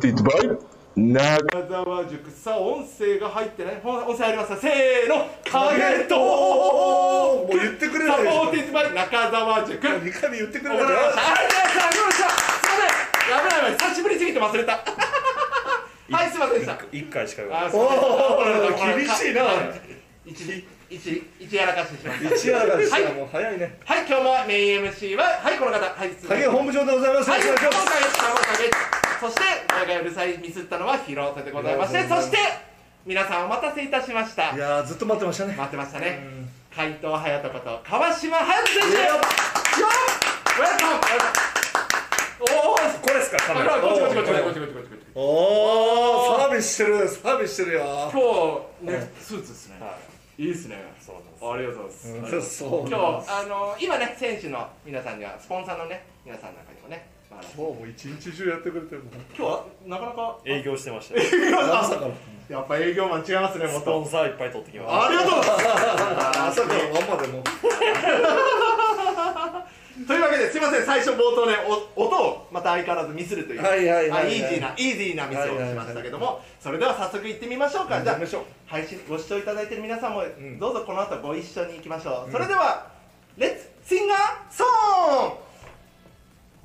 ティッドバイ中金沢塾さあ音声が入ってないほ音声ありますせーの影ともう言ってくれサないでしょポーティーズバイ中沢塾2回目言ってくありがとうございました。ありがとうございました。すみません。やべえやべれえないから久しぶりすぎて忘 れた。はい、すみませんでした。 1回しか言わあないーすいませんおー厳しいな一、一、一やらかしてしまった。一夜だからですよはいもう早いねはい、今日もメイン MC は、はい、この方。はい、すいません影本部長でございますはい、よろしくお願いしますそして、今回うるさいミスったのは広瀬でございまして、いやもうそして、皆さんお待たせいたしましたい。やーずっと待ってましたね待ってましたうねん。海藤隼人こと川島隼人選手。いやよっウェルカム。おーこれですかカあメらラこっちこっちこっちこっちこっおちこっちこっちこっちおーサービスしてるサービスしてるよ今日ねスーツですねはいいですねそうなんですありがとうございますそう今なんで日すあの今ね選手の皆さんにはスポンサーのね皆さんの中にもねまあ今日も一日中やってくれてるもん今日はなかなか営業してましたよ朝からやっぱ営業マン違いますねスポンサーいっぱい取ってきましたありがとうございます朝から晩までもというわけですいません最初冒頭ねお音をまた相変わらずミスるというはいはいはいあはいイージーなイージーなミスをしましたけどもそれでは早速行ってみましょうかじゃあ行きましょう配信ご視聴いただいている皆さんもんどうぞこの後ご一緒に行きましょうそれではレッツシンガーソンハ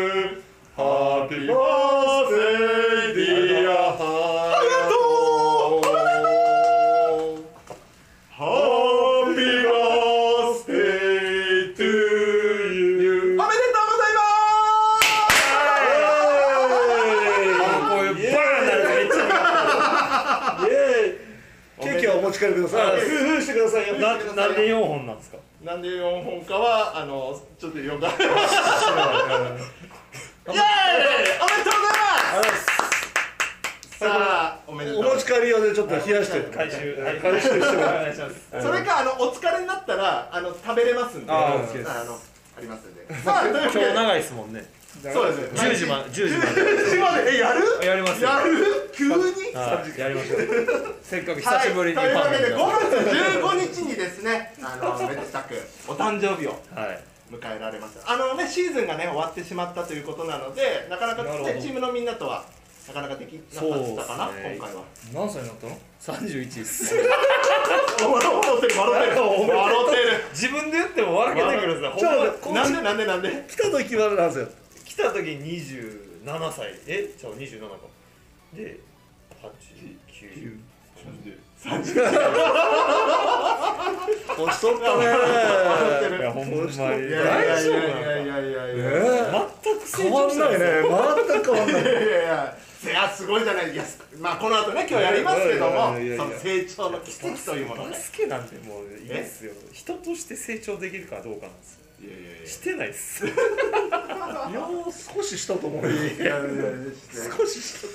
ハッピーバースデーディアハイハッピーバースデートゥーユーおめでとうございまこういうバーンなるめっちケーキはお持ち帰りください。ふうふうしてくださいよ。ゃななんで4本なんですかすなんで4本かはあのちょっとよくあるイエーイおめでとうございますさあおめでとうおござい持ますち帰り用でちょっと冷やして。回収はい回収してもおらう願いしますそれかあのお疲れになったらあの食べれますんで、ああーオッケーですのありますんで。さあというわ今け日で長いですもんねそうです。 10時まで10時まで10時までえやる？やりますよやる？急に？はいやり ましょうせっかく久はいしぶりにとフいうわァけンでが5月15日にですね、あのめでたくお誕生日をはい迎えられます。あのねシーズンがね終わってしまったということなので、なかなかなるほどねチームのみんなとはなかなかできなかったかなそうですね今回は。何歳になったの？ 31です笑ってる笑ってる笑ってる。自分で言っても笑けてくるんですちょよっとほん待まってなんでなんでなんで？来た時は何歳だっ来た時に27歳えじゃあ27かで89た？年取ったね。いやほんまにいいややいやいやいやいやいやいや。全く成変わ長んしなないいねね。全く変わんないい。やいやいやいやすごいじゃないいやすまあこの後ね今日やりますけどもいやいやいやいやその成長の奇跡というものバねスケなんてもういいですよ人として成長できるかどうかなんですよいやいやいやしてないっ すいしや少ししたと思う。いやいやいや少しした。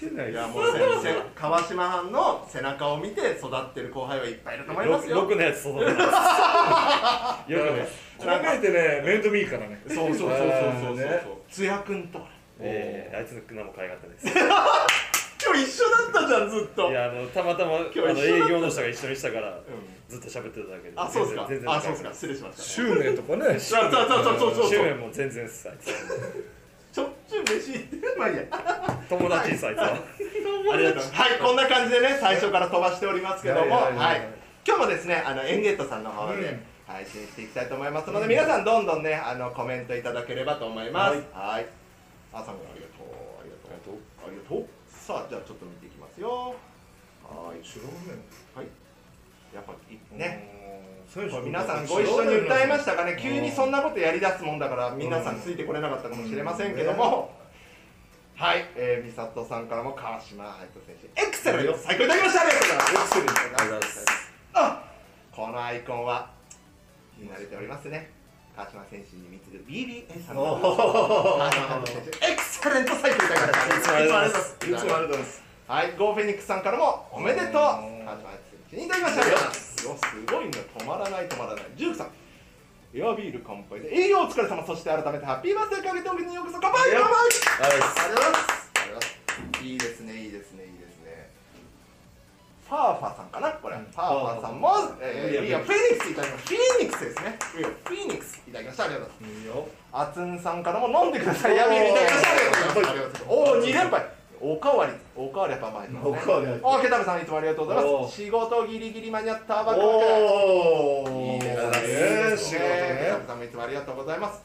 てないいっすやもう先生川島藩の背中を見て育ってる後輩はいっぱいいると思いますろよくなやつ育て ないっすよくないっすこう見えてね面倒見いいからね。そうそうそうそうそうそうつやくんとかねえーあいつの名も可愛かったです今日一緒だったじゃんずっといやあのたまたまあ日一緒だっのた営業の人が一緒にしたからうんずっと喋ってただけであそうですか全然あそうですか失礼しました執念とかね。そうそうそうそうそう周辺も全然っすあいつちょっちゅう飯行ってるまあいいや友達っすあいつはありがとうございます。はい、こんな感じでね、最初から飛ばしておりますけども、いやいやいやいやはい、今日もですね、あのエンゲットさんの方うでん配信していきたいと思いますので、皆さんどんどんね、あのコメントいただければと思います。はい。あさんありがとう、ありがとう、ありがとう。さあ、じゃあちょっと見ていきますよ。はい、はい。やっぱりね。そうでしこょれ皆さんご一緒に歌いましたかね急にそんなことやりだすもんだから皆さんついてこれなかったかもしれませんけども、はい、えー、美里さんからも川島隼人選手エクセルよ最高いただきましたありがとうございますあこのアイコンは気になれておりますね川島選手に見つる BBA さんの川島隼人選手エクセレント最高いただきましたいつもありいがとつもありがとうございますりがとうございます。はい、ゴーフェニックスさんからもおめでとう。川島選手にいただきました。よ、すごいね、止まらない、止まらない。ジュークさん。エアビール乾杯で、営業お疲れ様、そして改めてハッピーバースデーかけておりにようこそ乾杯、乾杯。ありがとうございます。いいですね、いいですね、いいですね。ファーファーさんかなこれ、ファーファーさんも、えー、ウウィィアアーフェニックスいただきましたフェニックスですねウィアフェニックスいただきましたありがとうございますいいよあつんさんからも飲んでください。やめいただきました。ありがとうございます。おおー、二連敗。おかわり、おかわりやっぱ甘いですね。おかわりやっぱおけたぶさんいつもありがとうございおまーす。仕事ギリギリ間に合ったばっかおり。ーいいですねね。仕事ケねタブさんもいつもありがとうございます。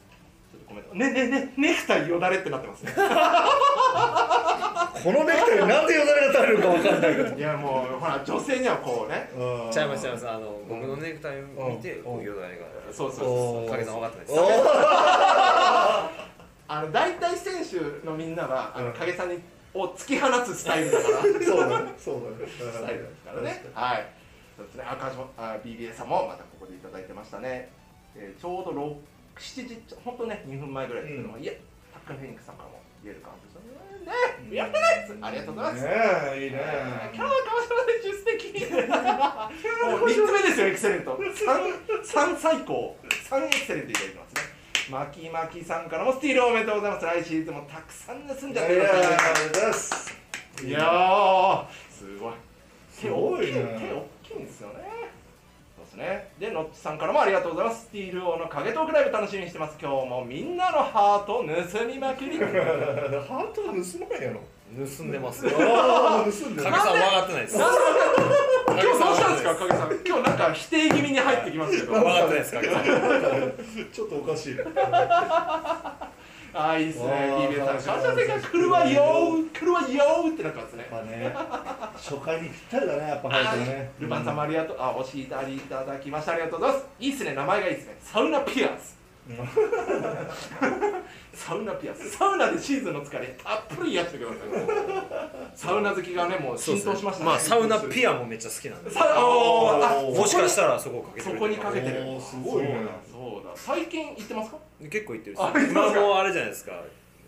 ちょっとコメント。ねねねネクタイよだれってなってますね。このネクタイなんでよだれが垂れるかわかんないけどいやもうほら女性にはこうね。ちゃいますちゃいんますあの僕のネクタイを見てうんこうよだれがそうそうおそう。ー影の分かったですおーあの大体選手のみんながあうんの影さんにを突き放すスタイルだから。そうだねそうだねスタイルですからね。はい。そうですね。赤字もあ BBA さんもまたここでいただいてましたね。えーちょうど六7時本当ね2分前ぐらいですけども、いやタックルフェニックスさんからも言えるかもしれないね。やってないっす。ありがとうございます。ねえいいね今日は川島選手素敵。もう三つ目ですよエクセレント。三三最高。三エクセレントいただいてますね。マキマキさんからもスティールおめでとうございます。来シーズンもたくさん盗んじゃってくださいね。すいやーすごい手すご大きいいね手大きいんですよねそうですねでノッチさんからもありがとうございますスティール王の影トークライブ楽しみにしてます今日もみんなのハート盗みまくりなんでハート盗まないやろ盗んでますよああ盗んで影さん分かってないです今今日どうしたんですか影さん今日なんか否定気味に入ってきますけど分かってないです影さんちょっとおかしいあーいいっすあねー BB 楽しみさん感謝戦が来るわよー来るわよーってなってますねやっぱね、初回にぴったりだね、やっぱハートね。ルパンさんもありがとう、あ、おしいたりいただきました。ありがとうございます。いいっすね、名前がいいっすね。サウナピアス。サウナピアス。サウナでシーズンの疲れ、たっぷり癒してください。サウナ好きがね、もう浸透しましたね。まあサウナピアもめっちゃ好きなんでサおーあおーもしかしたらそこをかけてそるこにかけてる。おーすごいねそうだ。最近行ってますか結構行ってるしあ行ってます今かもうあれじゃないですか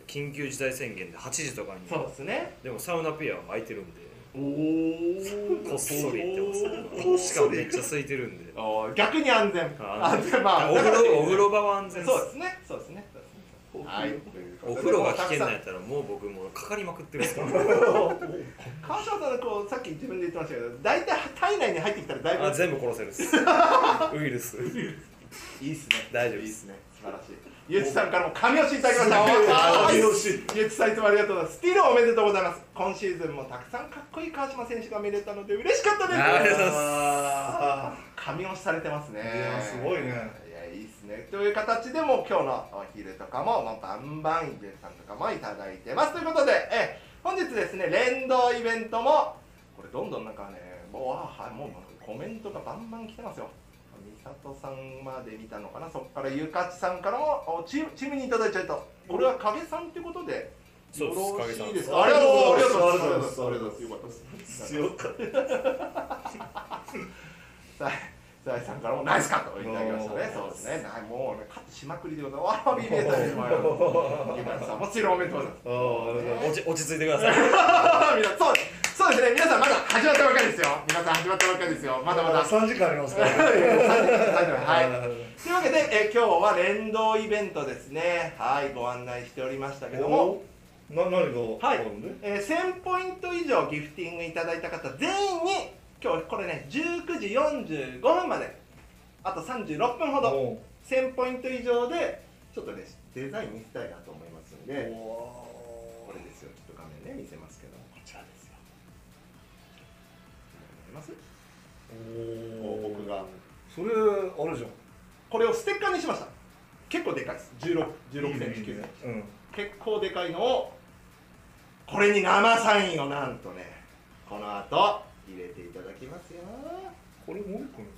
緊急事態宣言で8時とかにそうですね。でもサウナピアは空いてるんでおーこっそり行ってますしかもめっちゃ空いてるんでおー逆に安全。あ安全、まあ。お風呂お風呂場は安全でそうですすね。そうですね。そうですねはい。お風呂が危険なんやったらもう僕もうかかりまくってるんですから 川島さんこうさっき自分で言ってましたけど大体体内に入ってきたらだいぶあ全部殺せるっすウイルスいいっすね大丈夫いでいっすすね素晴らしいゆうちさんからも神押しいただきましたあーおーよし。 ゆうちさんいつもありがとうございますスティールおめでとうございます今シーズンもたくさんかっこいい川島選手が見れたので嬉しかったですありがとうございますあ神押しされてますねーいや、すごいね。いやいいっすねという形でもう今日のお昼とかも、まあ、バンバンイベントさんとかもいただいてますということでえ本日ですね連動イベントもこれどんどんなんかねもうわあはいもうコメントがバンバン来てますよ美里さんまで見たのかなそこからゆかちさんからもおチームチームにいただいちゃうとこれは影さんっていうことでそうですよろしいですかあり影さがとんうですございますありがとうございますありがとうございますよかったです強かった。さあ、財さんからもナイスカットいただきましたね。おーそうですね。なもうね、カットしまくりでござい ます。わらびめたでもありがとうございます。ゆかりさん、もちろんおめでとうございます。 あーありがとうございます落ち落ち着いてください皆そうです。そうですね。皆さんまだ始まったばかりですよ。皆さん始まったばかりですよ。まだまだ。 3時間ありますから。はい。というわけで、え今日は連動イベントですね。はい、ご案内しておりましたけども。おーな、何がはあいるんで、えー1000ポイント以上ギフティングいただいた方全員に今日これね19時45分まであと36分ほどお1000ポイント以上でちょっとねデザイン見せたいなと思いますんーでおこれですよちょっと画面ね見せますけどこちらですよ見えますーお僕がそれ、あれじゃこれをステッカーにしました結構でかいです16ん。 16センチ9センチうん。結構でかいのをこれに生サインをなんとねこの後入れていただきますよこれもう一個のや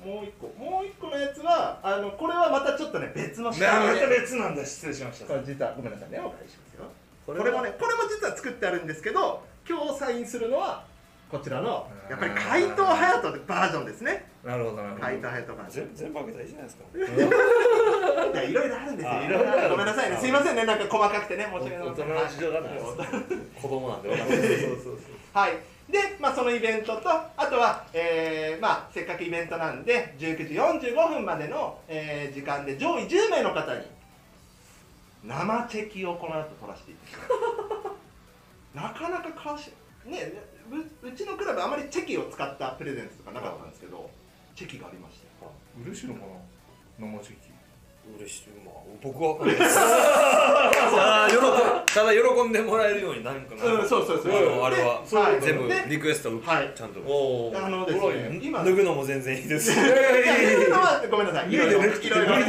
つもう一個もう一個のやつはあのこれはまたちょっとね別の仕なま様たで別なんだ、失礼しました。これ実はごめんなさいねお返ししますよこれもねこれも実は作ってあるんですけど今日サインするのはこちらのやっぱり怪盗隼人バージョンですねなるほど、なるほど。怪盗隼人バージョン全全部開けたらいいじゃないですかいやいろいろあるんですよあいろいろあるごめんなさいねあすいませんねなんか細かくてね申し訳大ご人ざいのま事せん情がないですはい子供なんで分かんないそうそ うそうそう。はい、で、まあ、そのイベントとあとは、えーまあ、せっかくイベントなんで19時45分までの、えー時間で上位10名の方に 生チェキをこの後取らせていただきますなかなか川島ねううちのクラブあまりチェキを使ったプレゼントとかなかったんですけどチェキがありましたよ嬉しいのかな生チェキ嬉しい、まあ、僕はわかんないです。ただ喜ぶただ喜んでもらえるようになんかな。うんそうそうそうもあれはではい全部でリクエストをはいちゃんと。おあのですね今今脱ぐのも全然いい です。いやいやいやごめんなさい。いろいろ。いろいろ。や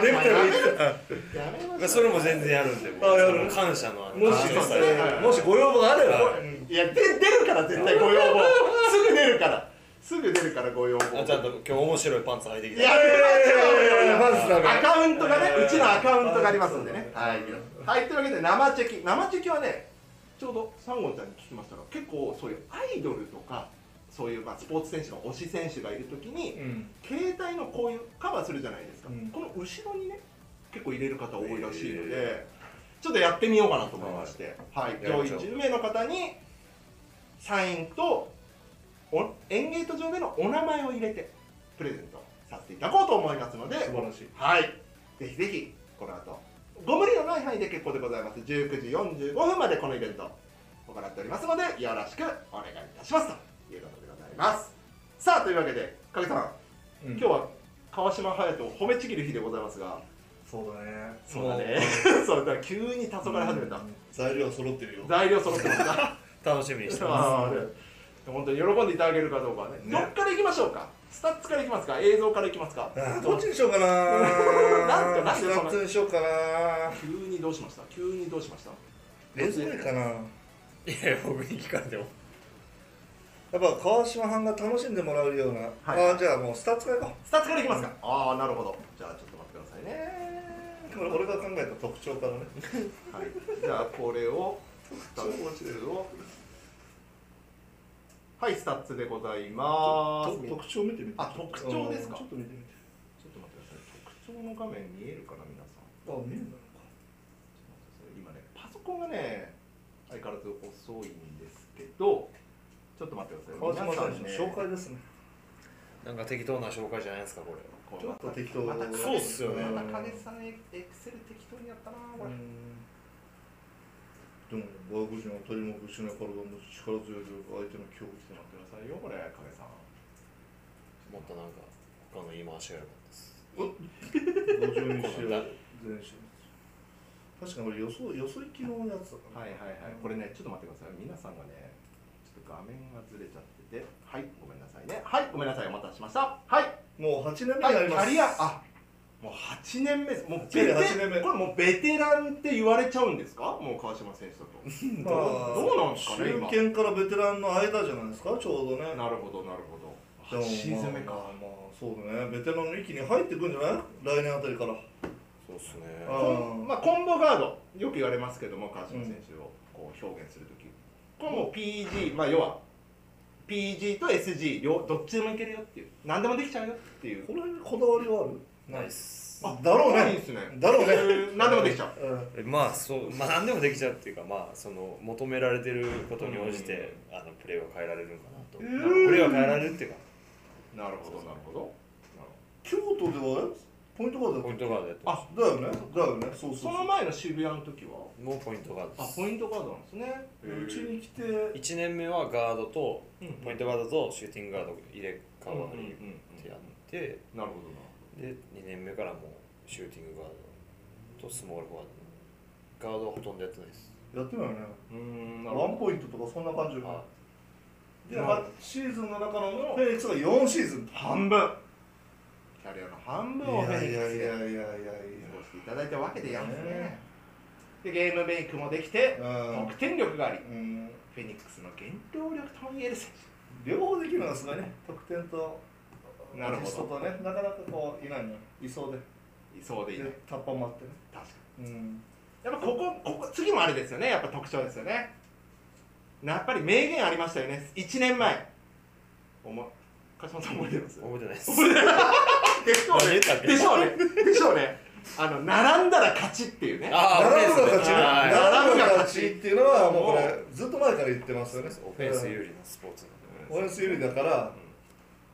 めました。それも全然やるんで。僕あやる感謝のあのも感しそ謝う祭ですねはいもしご要望があればいやで出るから絶対ご要望。すぐ出るから。すぐ出るからご要望。あちゃんと今日面白いパンツ履いてきいた。やいやまずだアカウントがね、うちのアカウントがありますんでね。はい。はいというわけで生チェキ生チェキはね、ちょうどサンゴちゃんに聞きましたが、結構そういうアイドルとか。そういうまあスポーツ選手の推し選手がいるときに、うん携帯のこういうカバーするじゃないですか、うんこの後ろにね結構入れる方多いらしいので、ちょっとやってみようかなと思いまして、はいやり上位ましょう10名の方にサインとおエンゲート上でのお名前を入れてプレゼントさせていただこうと思いますので素晴らしいはいぜひぜひこの後ご無理のない範囲で結構でございます19時45分までこのイベント行っておりますのでよろしくお願いいたしますということでございますさあというわけで影さん今今日は川島隼人を褒めちぎる日でございますがそうだねそうだね そうだから急に黄昏始めた、材料揃ってるよ材料揃ってます か楽しみにしてまあーね本当に喜んでいただけるかどうかはねねどっからいきましょうかスタッツからいきますか映像からいきますかあーどっちにしようかなーなんかなんかそのスラッツにしようかな急にどうしました急にどうしましたレズメかなやす。いや僕に聞かれても。っぱ川島さんが楽しんでもらえるような、はいあーじゃあもうスタッツからいこスタッツからいきますかああなるほどじゃあちょっと待ってくださいねうこれ俺が考えた特徴からねはいじゃあこれをスタ徴ッツをはいスタッツでございますと特徴見てみてあ特徴ですかうんちょっと見てみてちょっと待ってください。特徴の画面見えるかな、皆さん。あ見えるちょっと待ってください今ね、パソコンがね、相変わらず遅いんですけど、ちょっと待ってください。のか川島さんの皆紹介ですねなんか適当な紹介じゃないですかこれ。こうちょっと適当またそうっすよねまた影さん、エクセル適当にやったな、これ。でも外国人は当たりもしない体も力強い相手の強ちょっと待ってくださいよ、これ、影さん。もっとなんか他の言い回しが良かったです。打50にしこようんな全身確かに俺よそよそ行きのやつだからはいはいはい。これね、ちょっと待ってください。皆さんがね、ちょっと画面がずれちゃってて、はい、ごめんなさいね。はい、ごめんなさい、お待たせしました。はい。もう8年目にはい、キなりますャリア、あもう8年目です、もうベテキャリア8年目これもうベテランって言われちゃうんですか、もう川島選手だと。まあどうなんですかね今中堅からベテランの間じゃないですかちょうどねなるほど、なるほど。でもまあシーズン目かまあ、まあそうだねベテランの域に入ってくんじゃない来年あたりからそうですね。あこんまあ、コンボガード、よく言われますけども、川島選手をこう表現するとき、これもう PG、まあ、要は PG と SG 両、どっちでもいけるよっていう、何でもできちゃうよっていうこ、れにこだわりはあるナイス。あだろうないねですね、だろうね 何でもできちゃう。うんまあそうまあ何でもできちゃうっていうかまあその求められてることに応じて、あのプレーを変えられるんかなと、んなんかプレーは変えられるっていうかなるほど、なるほど。京都ではポイントガードポイだっントガードやってあまただよねだよねそうそそうの前の渋谷の時はすもうポイントガードあで、すポイントガードなんですね。そううちに来て1年目はガードとうんポイントガードとシューティングガード入れ替わうんうんうんりってやってなるほどな。で2年目からもうシューティングガードとスモールフォワードガードはほとんどやってないですやってないよねうーんなるワンほポイントとかそんな感じよねはで、なるまあ、シーズンの中のフェニックスが4シーズンど。半分。キャリアの半い分をフェニックスでやいやいや過ごしていただいたわけでやんすねね。で、ゲームメイクもできて、うん得点力があり、うんフェニックスの原動力とも言える選両方できるのがすごいね得点となるほどアシストとねなかなかこういないのよいそうで手。いそうでいいね。でタッパーもあってね確かに。うんやっぱここ、ここ、次もあれですよね。やっぱ特徴ですよね。やっぱり名言ありましたよね。1年前。おも、鹿島さん覚えてます覚えてないですでしょう何ね言ったっ。けでしょうね。でしょうね。あの、並んだら勝ちっていうね。あー並オぶフがェン勝スちねねはいあ並ぶが勝ちっていうのはもうこれずっと前から言ってますよねーオフェンス有利なスポーツなんでオフェンス有利だから、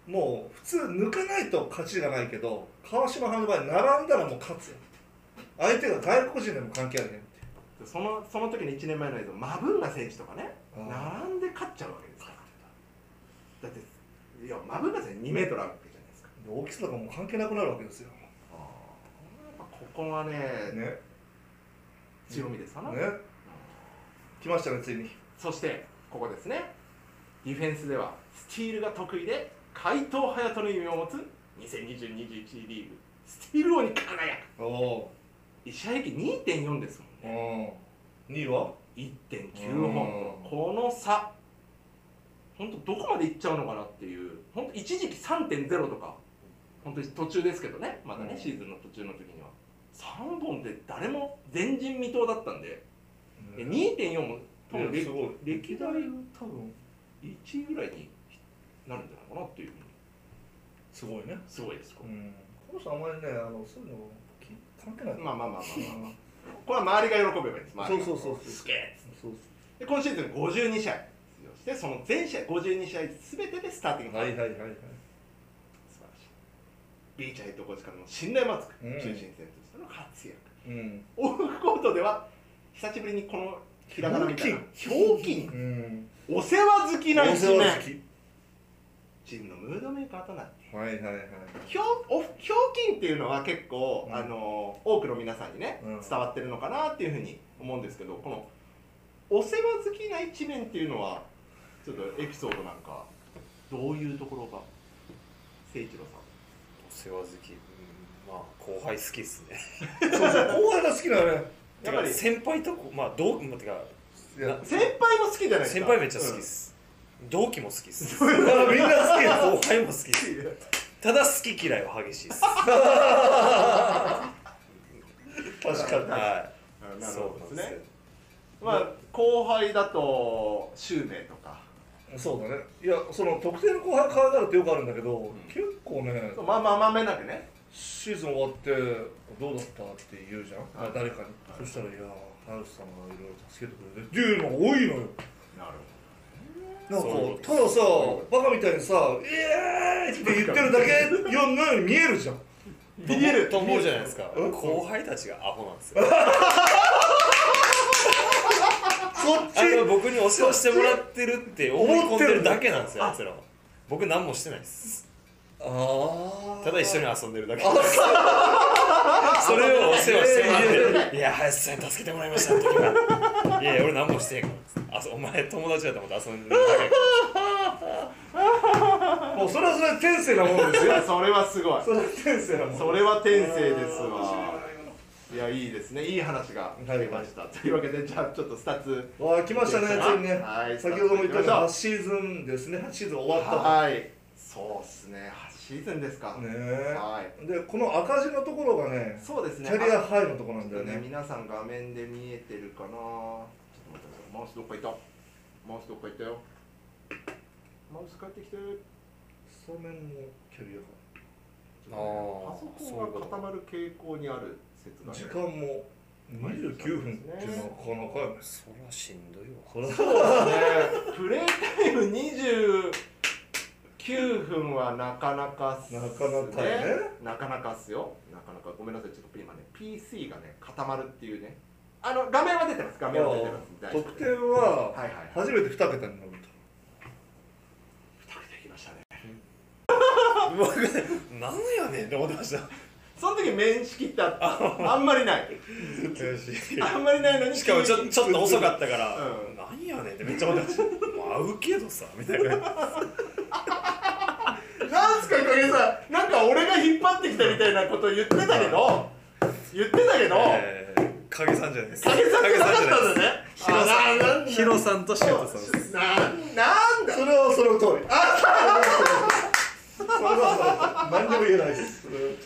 もう普通抜かないと勝ちがないけど川島さんの場合並んだらもう勝つよ相手が外国人でも関係あるねっていうそのその時の1年前の映像マブンガ選手とかねあー並んで勝っちゃうわけですからだっていやマブンガ選手2メートルあるわけじゃないですか大きさとかもう関係なくなるわけですよやっぱここはねねね強みですかね、来ましたねついにそしてここですねディフェンスではスティールが得意で怪盗隼人の夢を持つ2020-21リーグスティール王に輝くおお1試合平均2.4ですもんねうん2位は1.9本とこの差本当どこまでいっちゃうのかなっていう本当一時期3.0とか本当に途中ですけどねまだね、うんシーズンの途中の時には3本で誰も前人未到だったんで、で2.4も多分いや歴すごい歴代多分1位ぐらいになるんじゃないかなっていうすごいねすごいですこうんこの人あんまりねあのそういうのき関係ないれまあまあまあまあまあ、これは周りが喜べばいいです周りがそうそうそうそうすげえそうで今シーズン52試合出場してその全試合52試合全てでスターティングファイブはいはいはいはい素晴らしい。ビーチャイとコチからの信頼マスク、うん中心戦としての活躍。うんオフコートでは、久しぶりにこのひらがなみたいな、ひょうきん、うんお世話好きな一大面沢、好きチームのムードメーカーとなって、はいはいはいひょうおひょうきんっていうのは結構、うんあの多くの皆さんにね、うん伝わってるのかなっていうふうに思うんですけど、このお世話好きな一面っていうのは、ちょっとエピソードなんか、どういうところが、誠一郎さん。世話好き、うんまあ後輩好きですねそうそう後輩が好きだねややっっぱぱりり先輩とこまあ同期もてかいや先輩も好きじゃないですか先輩めっちゃ好きで、す、同期も好きですみんな好きだ後輩も好きですただ好き嫌いは激しいです確かにはうん いなるそほうどでなんですすねねまあ後輩だと襲名とかそうだねいやその特定の後輩が可愛がるってよくあるんだけど、ん結構ねまあまあまめなくねシーズン終わってどうだったって言うじゃん、はい誰かに、はいそしたらいやハウスさんがいろいろ助けてくれてっていうのが多いのよなるなんかそういうことたださバカみたいにさ「イエーイ!」って言ってるだけようのように見えるじゃん見えると思うじゃないですかうん後輩たちがアホなんですよそっちあの僕にお世話してもらってるって思い込んでるだけなんですよ思あいつらは僕何もしてないですああただ一緒に遊んでるだけですそれをお世話してもらって「いや林さんに助けてもらいました」って時はいやいや俺何もしてへんから」あそお前友達だと思って遊んでるだけやかもうそれはそれは天性なもんでほどすいよやそれはすごいそれは天性なもんそれは天性ですわいやいいですねいい話が聞けました、というわけでじゃあちょっとスタッツわあ来ましたねついにね、はい先ほども言った行きようにましょう8シーズンですね8シーズン終わったとはいそうっすね8シーズンですか、ねはでこの赤字のところがねそうですキねャリアハイのところなんちだょっよとねね皆さん画面で見えてるかなちょっと待ってくださいマウスどっかいたマウスどっかいたよマウス帰ってきてスタメンのキャリアパあーソコンが固まる傾向にある説がハイ時間も29分っていうのはなかなかやねらそりゃしんどいわそれはねプレイタイム29分はなかなかっすねなかなかねなかなかっすよなかなかごめんなさいちょっと今ね PC がね固まるっていうねあの画面は出てます画面は出てます大丈夫で得す点はいははいはい初めて2桁になる二人できましたね僕なんやねんって思ってましたその時面識ってあったあんまりないあんまりないのにしかもちょちょっと遅かったからうん「何やねん」ってめっちゃ思ってました「まあ会うけどさ」み たいななんすか影さんなんか俺が引っ張ってきたみたいなこと言ってたけど言ってたけどえー影さんじゃないです影さんじゃなかったん影だねヒロあなさんんヒロさんとシュートさんですなんなんだそれはその通りあそれはその通り何でも言えないです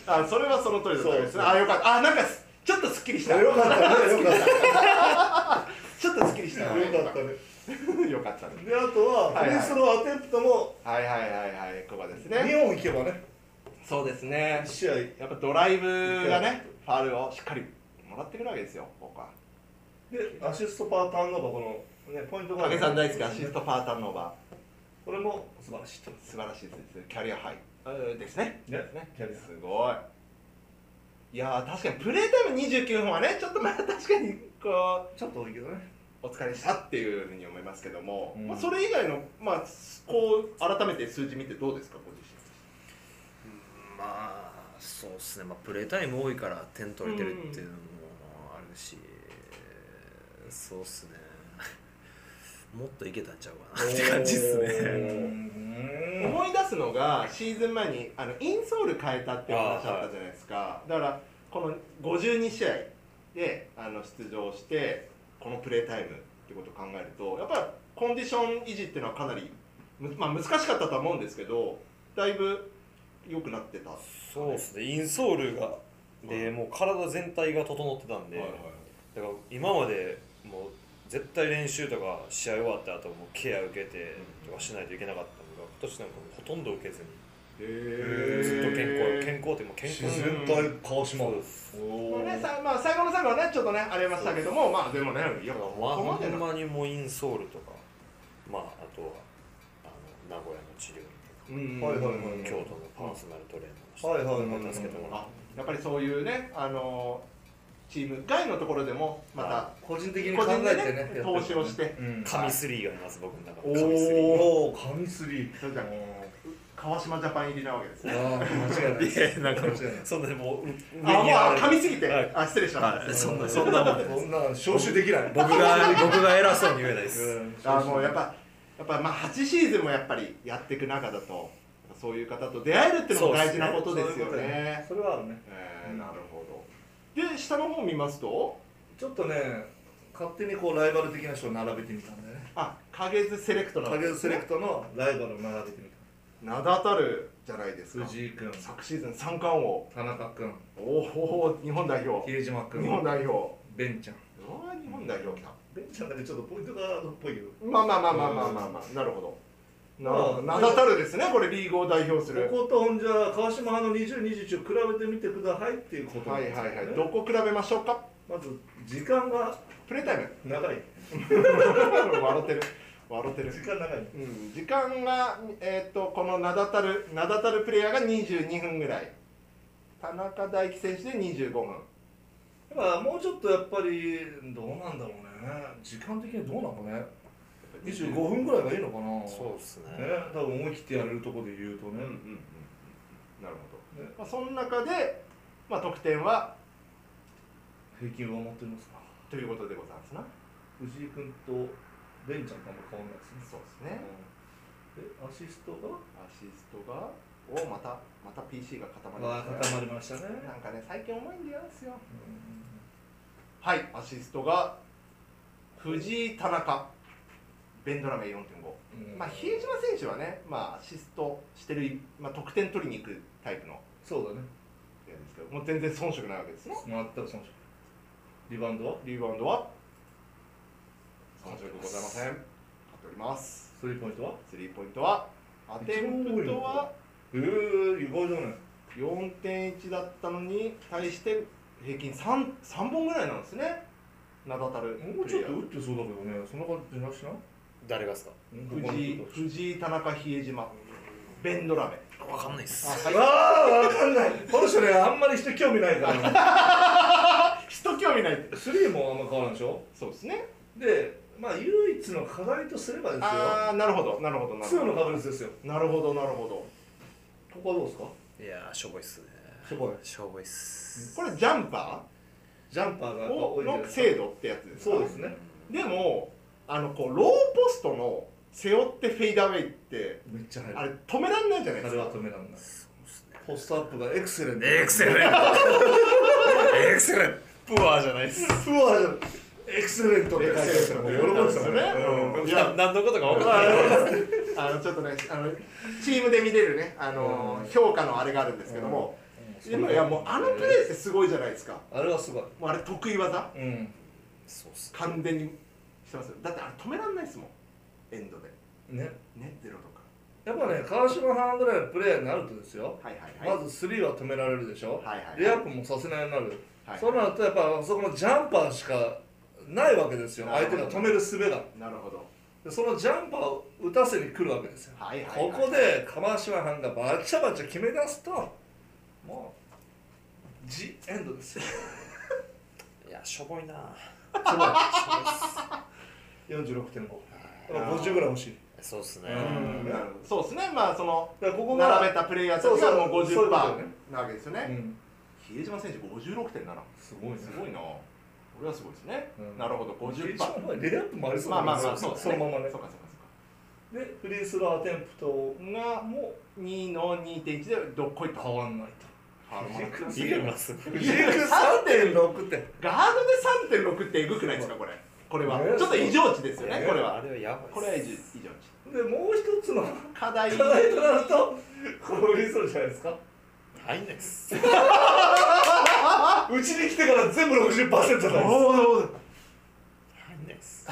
あそれはその通りだったですそうねあよかったあなんかすちょっとすっきりしたよかったねよかっちょっとすっきりしたたよかったたねよかったねであとはフリースローアテンプトもはいはいはいはいここですね2本いけばねそうですね1試合やっぱドライブがねファウルをしっかりもらってくるわけですよ僕はでアシストパーターンオーバーこの、ね、ポイントガード影さん大好きアシストパーターンオーバこれも素晴らしいと思ー素晴らしいですねキャリアハイうんですねうねですねキャリアすごいいやー確かにプレータイム29分はねちょっとまあ確かに果ちょっと多いけどねお疲れしたっていうふうに思いますけども、うんまあ、それ以外の、まあ、こう改めて数字見てどうですかご自まあそうですね、まあ、プレータイム多いから点取れてるっていうのもあるし、そうですねもっといけたんちゃうかなって感じですね身、思い出すのがシーズン前にあのインソール変えたっていう話あったじゃないですか、だからこの52試合であの出場してこのプレータイムってことを考えるとやっぱりコンディション維持っていうのはかなり、むまあ、難しかったとは思うんですけどだいぶ良くなってたそうですねインソールがでもう体全体が整ってたんで、だから今までもう絶対練習とか試合終わった後もうケア受けてとかしないといけなかったのが今年なんかもうほとんど受けずにへーずっと健康健康ってもう健自康然体川島そうでですすまあおねさまあ、最後の最後はねちょっとねありましたけどもまあでもねいやまあここまでほんのまにもうインソールとかまああとはあの名古屋の治療院とか、うんはいはいはいうん京都のパーソナルトレーナーの人はいはいはいまあ助けてもらっあやっぱりそういうねあのチーム外のところでもまはた個人的に個考人でえてねねやってる投資をしてうんた神スリーがいます僕の中おで神スリーお神スリーそうじゃん川島ジャパン入りなわけですあねあ間違いないですいやなんか間違いないそんなもううあもうあ噛みす ぎてはいあ失礼しまはいしそんなそんなもんですそんな招集できない僕が僕が偉そうに言えないでうすんたあもうやっぱやっぱまあ8シーズンもやっぱりやっていく中だとそういう方と出会えるってのも大事なことですよそうですねそうねそれはあるねえーなるほどで下の方見ますとちょっとね勝手にこうライバル的な人を並べてみたんだよねあ影図セレクトなわけ影でのすセレねクトのライバルを並べてみ名だたるじゃないですたか藤井君昨シーズン三冠王田中君おお日本代表比江島日本君代表うベンちゃんわー日本代表来たベンちゃんだけちょっとポイントガードっぽいけどまあまあまあまあまあまあ、まあ、なるほどなるほどま名あだたるですねこれリーグを代表するこことほんじゃ川島派の2021を比べてみてくださいっていうことはなんいですはよねいはいどこ比べましょうかまず時間がプレータイム 長い笑ってる笑ってる時間長いうん、時間が、えー、とこの名だたる名だたるプレイヤーが22分ぐらい田中大輝選手で25分だからもうちょっとやっぱりどうなんだろうね時間的にどうなのね25分ぐらいがいいのかなそうですねね多分思い切ってやれるとこで言うとね、うんうんうんうんなるほど、ねまあ、その中で、まあ、得点は平均上回ってますかということでございますな藤井君とベンちゃんとあんま変わんないですねそうですねでアシストがアシストがおまたまた PC が固まりました固まりましたね、なんかね最近重いんだよですようはいアシストが藤井田中ベンドラメ4.5んまあ、比江島選手はね、まあ、アシストしてる、まあ、得点取りに行くタイプのそうだねやつですけど、もう全然遜色ないわけですね。もらったら損しリバウンドはリバウンドは遜色ございません。勝っております。スリーポイントはスリーポイントは、アテンプトはええー、意外じゃない4.1だったのに対して、平均 3, 三本ぐらいなんですね。名だたるもうプちょレイっヤとー打ってそうだけどねそんな感じなしな誰がですか藤井、藤井、田中、比江島、ベンドラメ。わかんないっすあ、はい。ああわかんないこの人ねあんまり人興味ないから人興味ないって。スリーもあんま変わらんでしょそうですね。でまあ唯一の課題とすればですよああ、なるほど、なるほど、なるほ2どの。確率ですよなるほどなるほどここはどうですかいやーしょぼいっすねしょぼいしょぼいっすこれジャンパジャンパーがやーっぱ多をいじゃないのですか精度ってやつですかそうですねでもあのこうローポストの背負ってフェイダーウェイってめっちゃあ速れい止めらんないじゃないであすれかは止めらんないポストアップがエクセレントエクセレントエクセレントプアじゃないっすうわエクセレントって書いてあるからもう喜んでたもんねううんんいや何のことか分かんないあのちょっとねあのチームで見れるねあのうん評価のあれがあるんですけどもうんでもいやもうあのプレーってすごいじゃないですかあれはすごいもうあれ得意技うんそうっす完全にしてますよだってあれ止めらんないですもんエンドでねねゼロとかやっぱね川島さんぐらいのプレイヤーになるとですよはいはいはいまずスリーは止められるでしょはいはいはいレイアップもさせないようになるはいそうなるとやっぱそこのジャンパーしかないわけですよなるほ相ど手が止める術がなるほどでそのジャンパーを打たせに来るわけですよはいはいはいここで釜島藩がバチャバチャ決め出すともうジエンドですよいやしょぼいな46.5だから50ぐらい欲しいそうっすね、うんそうですね、まあそのだからここが並べたプレイヤーたちがもうそうそうそう50%いうことねなわけですようね。ん比江島選手56.7。すごいねすごいな。これはすごいですねう。んなるほど、一50%。番レイアップもありそうまあまあまあ、そそううだですね。ねそのままねそうかそうかそうでフリースローアテンプトか。が、もう2の2.1でどっこいと。変わ んないガードでといいよなすごい3.6点3.6ってえぐくないですか、これ。これはね。ちょっと異常値ですよね、これあは。れはやばいっすこれは異常異常でもう一つの値。課題。課題となるとこれフリースローじゃないですか入んないっすうちに来てから全部60%なんですおー入んないっす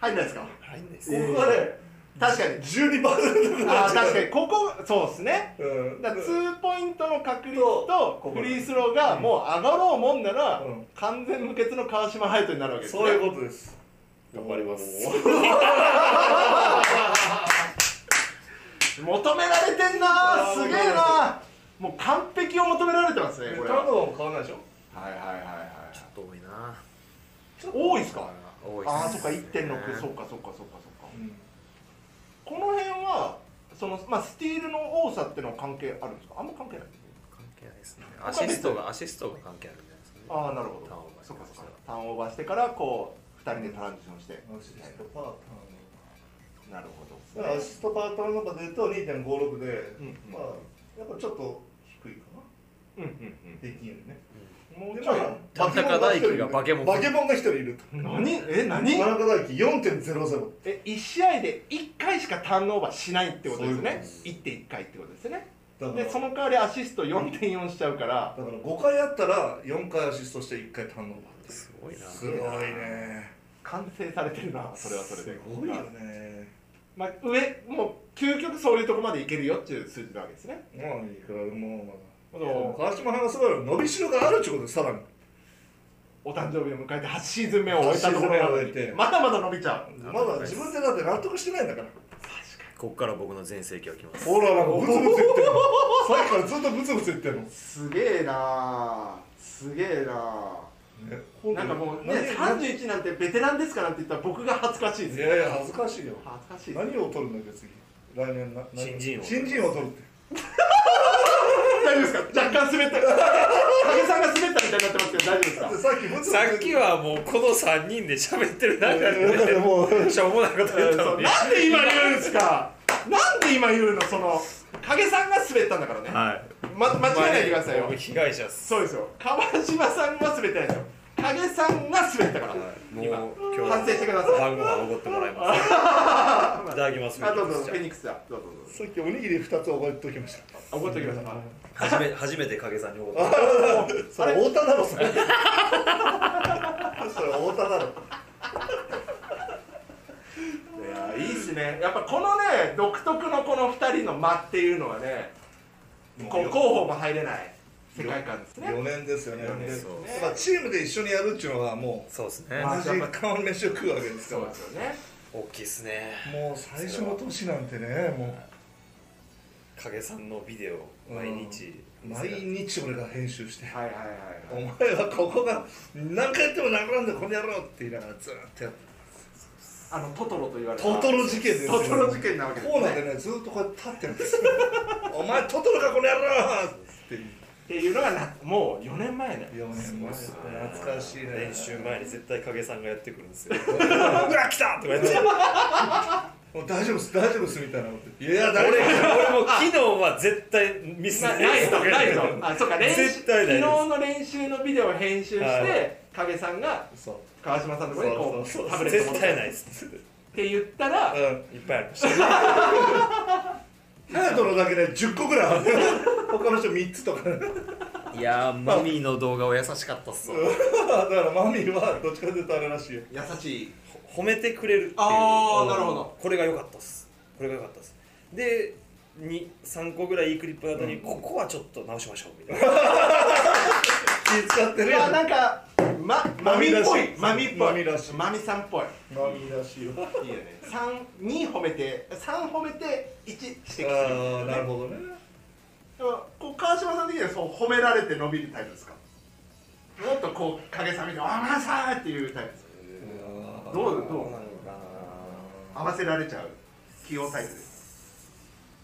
入んないですか入んないっすここがね確 かに。 12%ぐらあいー確かに、ここ、そうですね。うんだから2ポイントの確率ことこフリースローがもう上がろうもんならうん完全無欠の川島隼人になるわけですねそういうことです頑張ります求められてんなあーーすげえなーもう完璧を求められてますね他これのはは変わらないでしょはいはいはいはいちょっと多いな多いっすか多いっすああそっか1.6そっかそっかそっかそっかうんこの辺はそのまあスティールの多さってのは関係あるんですかあんま関係ない関係ないですねアシストがアシストが関係あるんじゃないですかねああなるほターンオどーバーそっかそっかに関してターンオーバーしてからこう2人でトランジションしてアシストパータなるほどーンだからアシストパーターンの中で言うと2.56で、うんうんまあやっぱちょっと低いかうんうんなできるね、うんもうでちょいまあ田中大輝がババケケモモンンが一人いるバケモンが一人いると何え何田中大輝4.00え1試合で1回しかターンオーバーしないってことですそういうねことです1.1回ってことですねだからでその代わりアシスト4.4しちゃうからだから5回あったら4回アシストして1回堪能すごいなすごいね完成されてるなそれはそれですごいよねまあ、上もう究極そういうとこまでいけるよっていう数字なわけですねまあいくらでもまだでも川島はすごい伸びしろがあるってことですさらにお誕生日を迎えて8シーズン目を終えたところなの八シーズン目を終えてにまだまだ伸びちゃうまだ自分でだって納得してないんだからこっから僕の全盛期は来ますほらなんかブツブツ言ってるさっきからずっとブツブツ言ってるの、ね、すげえなあすげえなあなんかもうね何31なんてベテランですかなんて言ったら僕が恥ずかしいですいやいや恥ずかしいよ恥ずかしいです何を取るんだっけ次来年な何新人王新人を取るって大丈夫ですか若干滑った影さんが滑ったみたいになってますけど大丈夫ですだかってさっきブツブツさっきはもうこの3人で喋ってる中だってでもうしょうもないこと言ったのになんで今言うんですかなんで今言うのその影さんが滑ったんだからね、はいま、間違えないでくださいよ僕被害者っすそうですよ川島さんは滑ってないですよ影さんが滑ったから、もう今日は反省してください晩ご飯おごってもらいますいただきますあどうぞじフゃェニックスだどうぞどうぞさっきおにぎり2つ覚えておき ましたあ怒っておきましたあ初め初めて影さんにおごっ てそれ太田だろそれ それ太田だろいやいいっすねやっぱこのね独特のこの2人の間っていうのはねこう候補も入れない世界観ですね4年ですよね四年ですねやっぱチームで一緒にやるっていうのはもそうですうね同じ顔飯を食うわけですかそうらですよね大きいっすねもう最初の年なんてねも影さんのビデオ毎日う毎日俺が編集してはいはいはい「はおい前はここが何回やってもなくなるんだこの野郎」って言いながらずーっとやってあのトトロと言われたトトロ事件ですよトトロ事件なわけですコーナーでねずーっとこうやって立ってるんですよ「お前トトロかこの野郎!」ってっていうのがなもう4年前ね4年前懐かしいね練習前に絶対影さんがやってくるん ですようわ来たとか言ってもう大丈夫っす大丈夫っすみたいなこと言っていや俺大丈夫俺も昨日は絶対ミスなないぞないぞあそうか練習絶対昨ない日の練です習のビデオを編集しはいて影さんがそう川島さんのところにこうそうタブレット持絶っ対てないですいって言ったらうんっぱいありました隼人のだけで10個ぐらいある他の人3つとかねいやーマミーの動画は優しかったっすわだからマミーはどっちかというとあれらしいよ優しい褒めてくれるっていうあーなるほどこれが良かったっすこれが良かったっすでに3個ぐらいいいクリップの後に、ここはちょっと直しましょうみたいな気使っているややんなんかまマミっぽいママミミらっしいぽマミいらしいマミさんっぽいマミーらしいよいいよね32褒めて3褒めて1指摘するああなるほどねでもこう川島さん的にはそう褒められて伸びるタイプですかもっとこう影さみで「あなさー!」っていうタイプですどうどうなのかな合わせられちゃう器用タイプです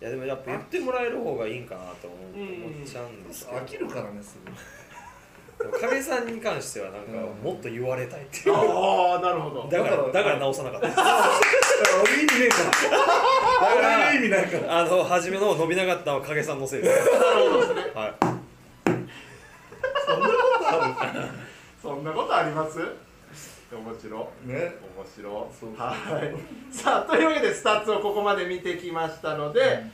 いやでもやっぱ言ってもらえる方がいいんかなと思う思っちゃうんですけど飽きるからねすぐでも影さんに関してはなんかもっと言われたいっていうああなるほどだだかかららだから直さなかったです俺意味ねえからだから俺の意味ないからあの初めの伸びなかったのは影さんのせいです。はそんなことあります面白ね面白そうはいさあというわけでスタッツをここまで見てきましたので、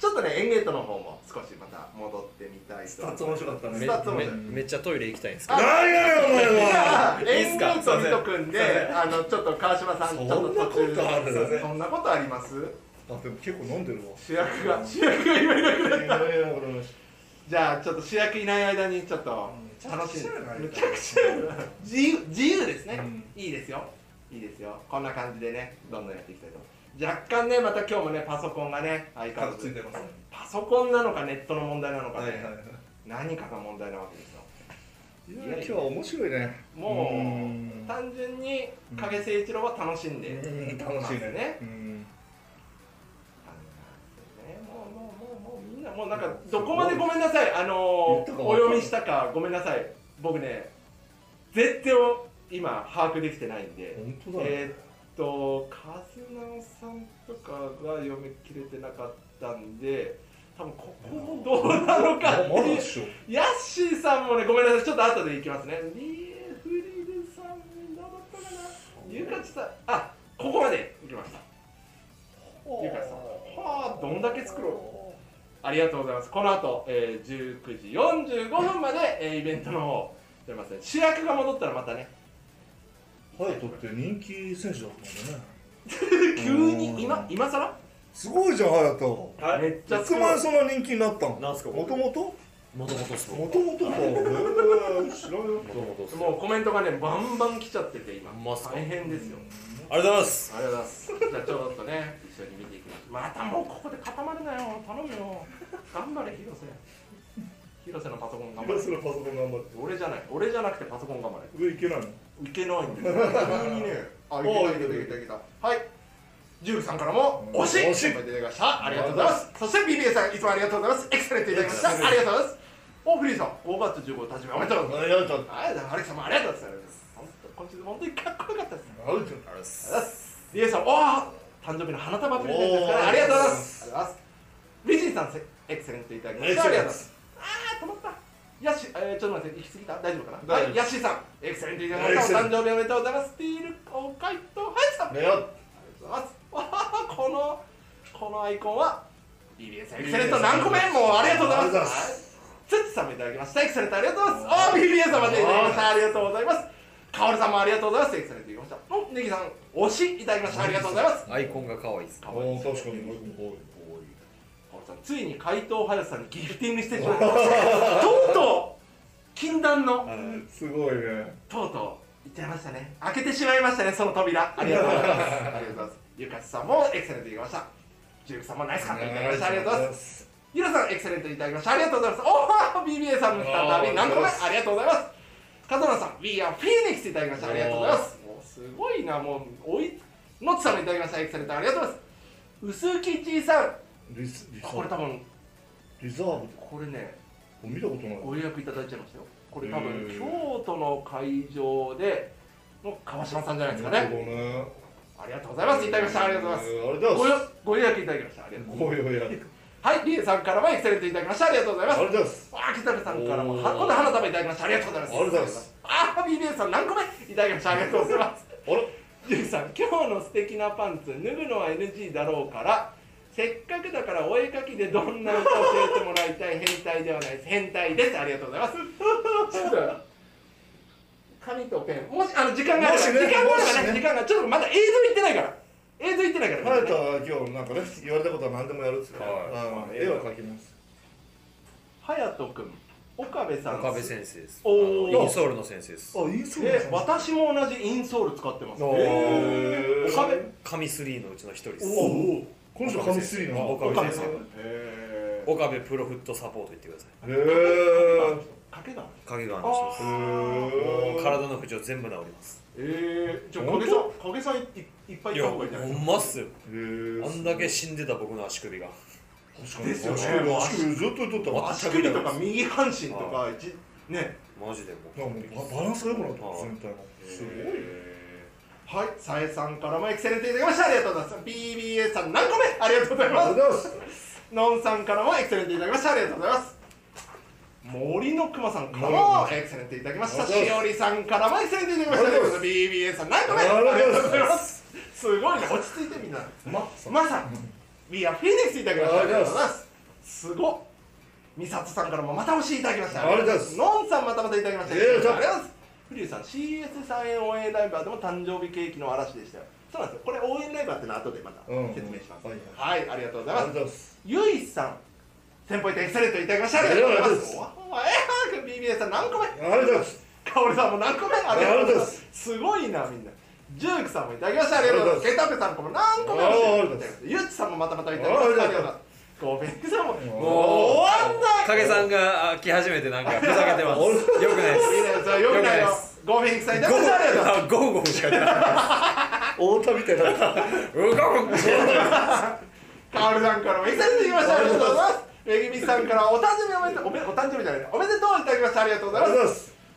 ちょっとねエンゲートの方も少しまた戻ってみたいとスタッツ面白かったねい。スめタッツ面め白いめっちゃトイレ行きたいんですけ何ど。やねんお前じはゃあいいっエンすゲかート水戸君であのちょっと川島さんちそょんっなとこと途中であるそうそんなことありますあでも結構飲んでるわ主役が主役がいろいろ いやいやいや俺もじゃあちょっと主役いない間にちょっと楽しんでめめちちゃゃくくちちゃゃや自由自由ですね、うんいいですよいいですよこんな感じでねどんどんやっていきたいと若干ねまた今日もねパソコンがね相変わらついてずますねパソコンなのかネットの問題なのかはね、いはいはい何かが問題なわけですよいや今日は面白いねもううん単純に影誠一郎は楽しんで、うん楽しいますねうんあのねもうもうもうもうみんなもうなんかどこまでごめんなさいあの言ったかお読みしたかごめんなさい僕ね絶対を今把握できてないんで本当だえーっと和直さんとかが読み切れてなかったんで多分ここもどうなのかってまだいでうしょヤッシーさんもねごめんなさいちょっと後でいきますねリーフリーズさんどうだったかなゆかちさんあここまでいきましたゆかちさんはあどんだけ作ろうありがとうございます。この後、えー、19時45分まで、えーイベントの方をやりますね。主役が戻ったらまたね、ハヤトって人気選手だったんだね急に今、今更すごいじゃんハヤトはいめっちゃいつまでそんな人気になったのなんすかもともともともとですももともとかへー知らんよともとっす。もうコメントがね、バンバン来ちゃってて今、まっすか大変ですよ。ありがとうございます。ありがとうございます。じゃあちょっとね、一緒に見ていきましょう。またもうここで固まるなよ、頼むよ。頑張れ、広瀬。広瀬のパソコン頑張今すれ。ぐパソコン頑張って俺じゃない、俺じゃなくてパソコン頑張れ。上行けないのいけないんですよ。急にね。あ、いけたいけたいけたいけた。はい。ジュールさんからもうん推しい推しっぱい出てきました。ありがとうございます。そして BBA さん、いつもありがとうございます。エクセレントいただきました。ありがとうございます。お、フリーさん、5月15日、誕生日おめでとうございます。やちょっとありがとうございます。ハリーさんもありがとうございます。本当、今週本当にかっこよかったです。あるじゃありがとんうございます。 リエさん、おー誕生日の花束プレゼントですから、ありがとうございます。ありがとうございます。リジンさん、エクセレントいただきました。ありがとうございます。あー、止まった。ヤッシー、えー、ちょっと待って、行き過ぎた大丈夫かな大丈夫はい、ヤッシーさん、エクセレントいただきエましクセた。おレン誕生日おめでとうございます。スティール、お回答、はいさん。ありがとうねよございます。わー、この、このアイコンは、BBS エクセレント何個目もうありがとうございありがま。とうございますすツッツさんもいただきました。エクセレントありがとうございます。おー、BBS さんまでいただきました。ありがとうございます。カオルさんもありがとうございます。エクセレントいただきました。お、ネギさん、推しいただきました。ありがとうございます。アイコンが可愛いです。かわいおいー確かに多いカオルさん、ついに怪盗ハヤさんにギフティングしてしまいました。とうとう、禁断の、すごいねとうとう、いっちゃいましたね。開けてしまいましたね、その扉。ありがとうございます。ありがとうございます。ゆかしさんもエクセレントいただきました。ジュークさんもナイスカットいただきました。ありがとうございます。すゆらさん、エクセレントいただきました。ありがとうございます。おー、BBA さんの再び、なんとかありがとうございます。カズナさん、We are Phoenix いただきました。ありがとうございます。もうすごいな、もう、おい、ノッツさんもいただきました。エクセレントありがとうございます。薄木ちいさん、あリスリザこれ多分、リザーブこれね、お見たことないご予約いただいちゃいましたよ。これ多へ分、ー京都の会場で、の川島さんじゃないですかね。ねありがとうございます。いただきました。ありがとうございます。ありがとうごございよますご予約いただきました。ありがとうございご用意あります。はい、リエさんからもエクセレントいただきました。ありがとうございまがすと。うございますあー、北野さんからも、おーはこんな花束いただきました。ありがとうございます。ありがとうございます。あー、BBS さん、何個目いただきました。ありがとうございます。あれゆうさん、今日の素敵なパンツ、脱ぐのは NG だろうから、せっかくだからお絵かきでどんな歌を教えてもらいたい。変態ではないです。変態です。ありがとうございます。ちょっと紙とペン、もし、あの、時間があれば、もしね時間があればもしね、ね時間が、ちょっとまだ映像いってないから。映像いってないから。ハヤトは今日なんかね言われたことは何でもやるっつってはいうん絵を描きますはやとくん、岡部さん。岡部先生です。あおーのインソールの先生ですあ。いいそうえ、私も同じインソール使ってます。へー岡部神スリーのうちの一人です。おおこの人髪すりな岡部先生へ岡部プロフットサポート言ってください。へえ掛けがある影があるんですよもう体の不調全部治りますええー、じゃあ本影さん影さんいいっぱいいいやたほ方がいいんじゃないですんまっすよああんだけ死んでた僕の足首が確かにですよね確かにもう足首ずっと言っとったかわ足首とか右半身とかじねマジでもうなんかもうババランスが良くなったはい全体のすごいねはいさえさんからもエクセレントいただきましたありがとうございます BBA さん何個目ありがとうございますありがとうございますノンさんからもエクセレントいただきましたありがとうございます森の熊さんからもエクセレントいただきましたありがとうしござおりさんからもエクセレントいただきましたあありがりがとうございますとうござ BBA さん何個目ありがありとがうとうごございざいまますすごいね落ち着いてみんなマッさんまさに We are Phoenix いただきましたあありりががとうございとうございますすごっ美里さんからもまたおしいただきましたありがとうございますのんさんまたまたいただきましたあありりがとうがとうございございまますフリューさん CS さんへ応援ライブはでも誕生日ケーキの嵐でしたよそうなんですよこれ応援ライブはってのは後でまたうん説明します、はいはい、ありがとうございありがますとうございますゆいさん先輩とエクセレントいただきましたありがとうございますおえー BBA さん何個目ありがとうございますかおりさんも何個目ありがとうございますすごいなみんなジュークさんもいただきましたありがとうございますケタペさんも何個目あーあもりがとうございまゆっちさんもまたまたいただきましたありがとうございますごめんなさいもうもう終わんない影さんが来始めてなんかふざけてますよくないでいいねじゃあよくなよくいよないでごめんなさいいただきましたありがとうございますすゴーゴーゴーしか言ってない太田みたいなうごご ごカールさんからもいただきましたありがとうございますめぐみさんからお誕生日おめでとうおめお誕生日じゃないおめでとういただきましたありがとうございあ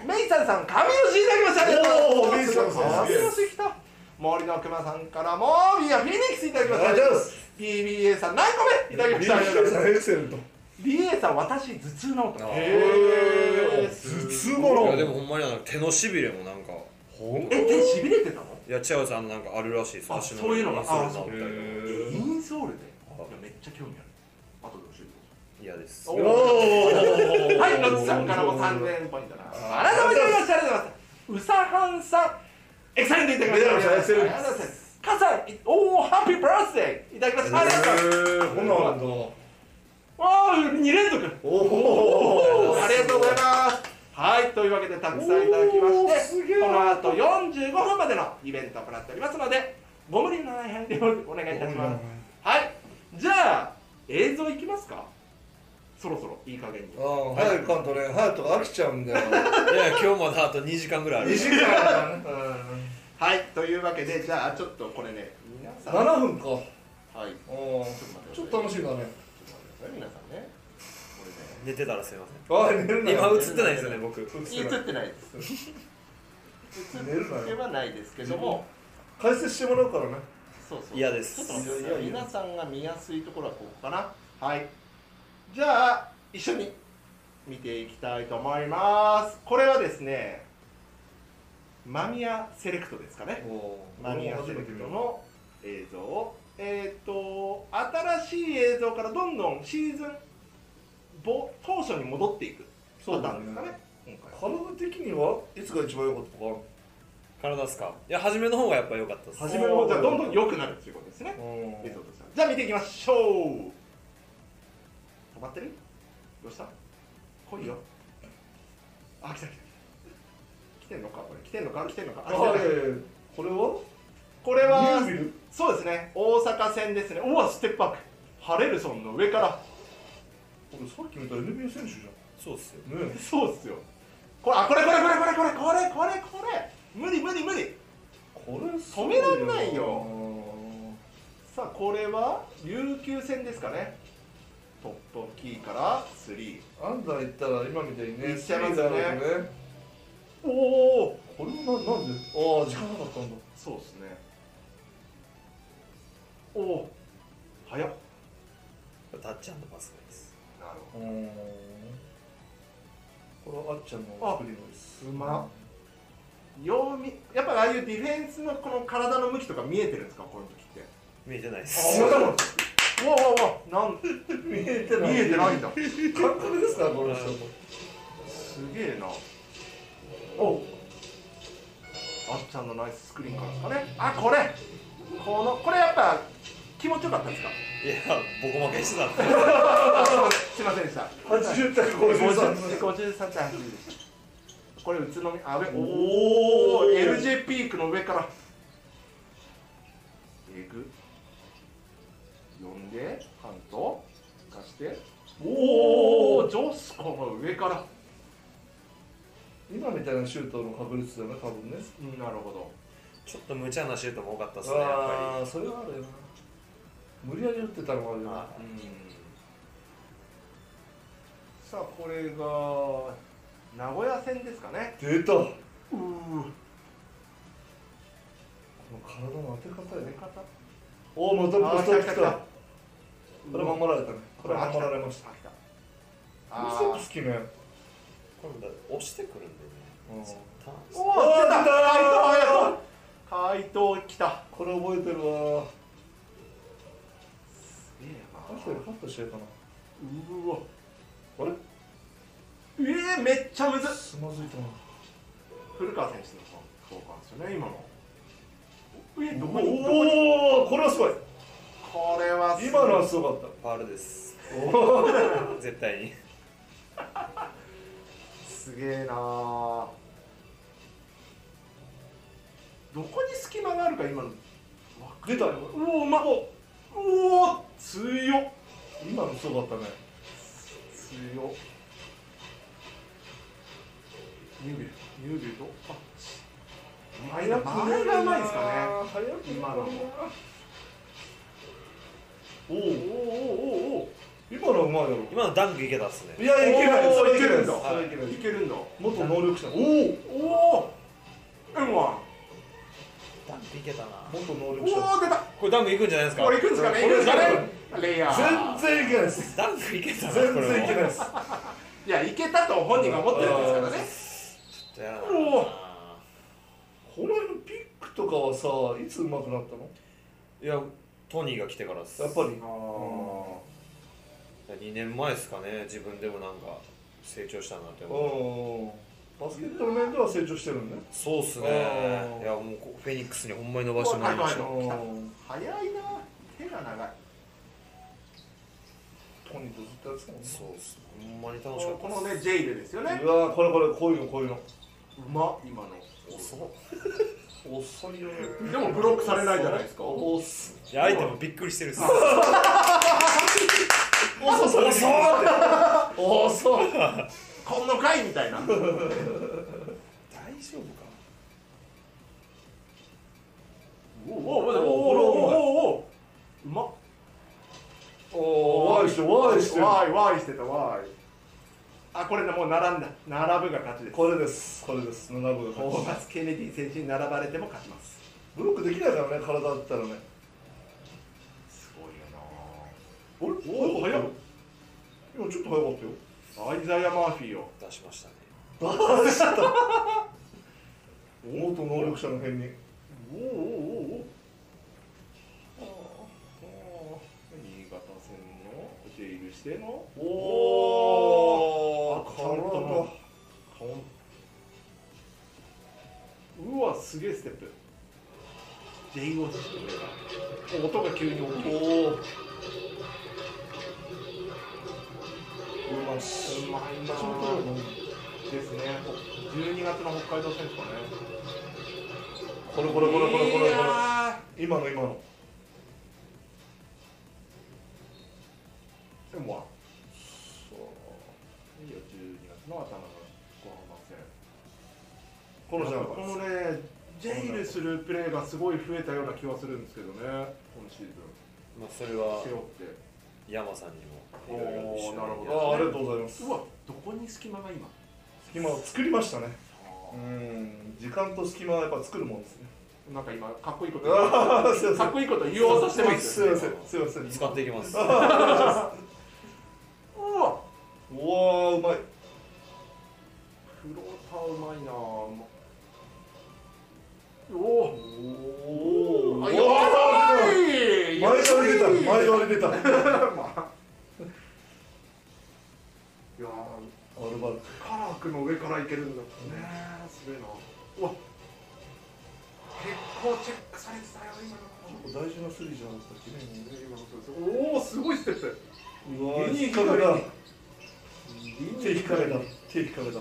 まりすメイさがとうございますんさん、神吉いただきました。ありがとうございますおーメイさんさん神吉来た。森の熊さんからも、いや、フェニックスいただきました。ありがとうございます BBA さん、何個目いただきました。ありがとうございますエクセレント BA さん、私、頭痛の音。へえ。頭痛もいろやでもほんまにあの手のしびれもなんかほんえ、手しびれてたのいや違うさんなんかあるらしいですあ足そういうのがインソールあ治ったりインソールで。いやめっちゃ興味ある。あとで教えてとか嫌ですおおーください。はい、のつさんからも3000ポイントだな。改めていらっしゃいありがとうございます。うさはんさん、エクサイトいただきました。ありがとうございますありがとうございます。かさん、おお、ハッピーバースデーいただきました。ありがとうございます。えーこんなんあるんだわあ、二連続。おおありがとうございます。はい、というわけでたくさんいただきまおーしすて、げえこの後45分までのイベントを行っておりますので、ご無理のない範囲でお願いいたします。はい、じゃあ映像いきますか。そろそろいい加減に。ああ早くかんとね早くとか飽きちゃうんだよいや今日まだあと2時間ぐらいあ2る時間だねはい、というわけでじゃあちょっとこれね、皆さん、はい、 7分かちおーちょっと楽しみだょっと待ってくださねい皆さんね、これね。寝てたらすいませんあー寝るな今映ってないですよね僕映ってないです。映寝るなよってはないですけども、解説してもらうからねそうそう。嫌でちょすっと待ってください。いやいや皆さんが見やすいところはここかな。はい。じゃあ、一緒に見ていきたいと思います。これはですね、マミヤセレクトですかね。マミヤセレクトの映像を。えっ、と、新しい映像からどんどんシーズンぼ当初に戻っていくパターンですかね。今回は体的にはいつが一番良かったか体ですかいや初めの方がやっぱ良かったです初初めめのの方じがゃあどんどん良くなるっていうことですね。うん映像としてはじゃあ見ていきましょう。止まってる？どうした？来いよ。あ来た来た来た。来てんのかこれ？来てんのか来てんのか？あ来あてないいやいやいやこれはこれはニュービルそうですね。大阪戦ですね。うわステップアップ。ハレルソンの上から。これさっき見た NBA 選手じそうっすよゃんねそうっすよ。これあこれこれこれこれこれこれこれこれ。無理無理無理。これ止めらんないようんさあこれは琉球戦ですかね。トップオブキーからスリー。あんた行ったら今みたいにね行っちゃいますよねスリーだろうねおお。これもななんでああ時間なかったんだそうですね。おお、早っ。たっちゃんのパスですなるほど。うんこれはあっちゃんのあ作りのですうまっようみ、やっぱああいうディフェンスのこの体の向きとか見えてるんですか、この時って。見えてないであすお前だうわうわうわ、なん、見えてない見えてないんだ。感覚ですかこの人もすげえな。お。あっちゃんのナイススクリーンからですかね。あ、これ。この、これやっぱ。気持ちよかったですか。いやボコ負けしてたんであすいませんでした。 80対53 53対8でしたこれ宇都宮あべおお LJ ピークの上からえぐ呼んでカント出しておおジョスコの上から今みたいなシュートの確率だよね多分ねうん、なるほど。ちょっと無茶なシュートも多かったですねやっあぱあそれはあるよな無理やり打ってたのもあるりよなはうん。さあ、これが。名古屋戦ですかね。出たこのうー。体の当て方やね方。おおまたポストあー来た来た来来たたこれ守られたねこれ守られましたあ、来た。無あ線ー好きねいこれもだ押してくるんでねうんターンおお、来た。回答来た。これ覚えてるわえあの人よりカットしてるかなうわ。あれええ、めっちゃむずっ。つまずいたな古川選手のそうかですよね、今の。え、どこに。どこにおおこれはすごいこれはすごい今のはすごかっファールですたおお絶対にすげえなあどこに隙間があるか今の出たうおうまおうお強っ今のすごかったね強っニュービルニュービルとあ前が前がうまいですかね早く今のもおおおおおお今のはうまいだろ今のダンクいけたっすねいやいけないそおーれいけないんいけるんだだそれいけないいけるんだ元能力者おおおー M1 おダンクいけたな元能お力者ー出たこれダンクいくんじゃないですかこれいくんですかねいくんですかねレイヤー全然いけないですダンクいけたな全これも然いけないですいやいけたと本人が思ってるんですからねちょっとやだなおこの辺のピックとかはさいつ上手くなったのいやトニーが来てからっすやっぱりあー2年前ですかね自分でもなんか成長したなって思ううんバスケットの面では成長してるんねそうっすうねんいやもうこうフェニックスにほんまに伸ばしてもらいましたうトん早いな手が長いトニーとずっとやってたもんねそうっすほんまに楽しかったこのねジェイルですよねうわーこれこれこういうのこういうのうま今の遅っ遅いよねでもブロックされないじゃないですかおっすいや相手もびっくりしてるっす遅い遅い遅いこんの回みたいな大丈夫かおおおおおおおうまっおーワイしてるワイしてるわいわいしてたわいあこれねもう並んだ並ぶが勝ちですこれですこれです7分ホーバス・ケネディ選手に並ばれても勝ちますブロックできないからね体だったらねすごいよおお早っ今ちょっと早かったよなアイザイア・マーフィーよ出しましたね出した元能力者の辺におおおおおお新潟戦のジェイルしてのおおおーうわすげえステップ J ウォッチってこれが音が急に大きいおうましうまいなうですね12月の北海道戦ですかねこれこれこれこれこれこいやれ今の今のーでもそういいよ12月の頭の後半戦このジャンこプのねジェイルするプレーがすごい増えたような気はするんですけどね今シーズンまあそれは背負って山さんにおもいろいろ一緒ーになるほあどあありがとうございますうわどこに隙間が今今作りましたねうん時間と隙間はやっぱ作るもんですねなんか今かっこいいこと言うああすいませんかっこいいこと言おうとしてますすいよねませんすいません使っていきますうわうわーうまいフローターうまいなおおおあーやばい前倒れ出た前い倒れ出たやアルバルクカラークの上からいけるんだねえすごいなうわ結構チェックされてたよ今の大事なスリーじゃなかった綺麗に今のそうですおおすごいステップうわーリ引ニーっかけリニた手引っかけた手引っかけた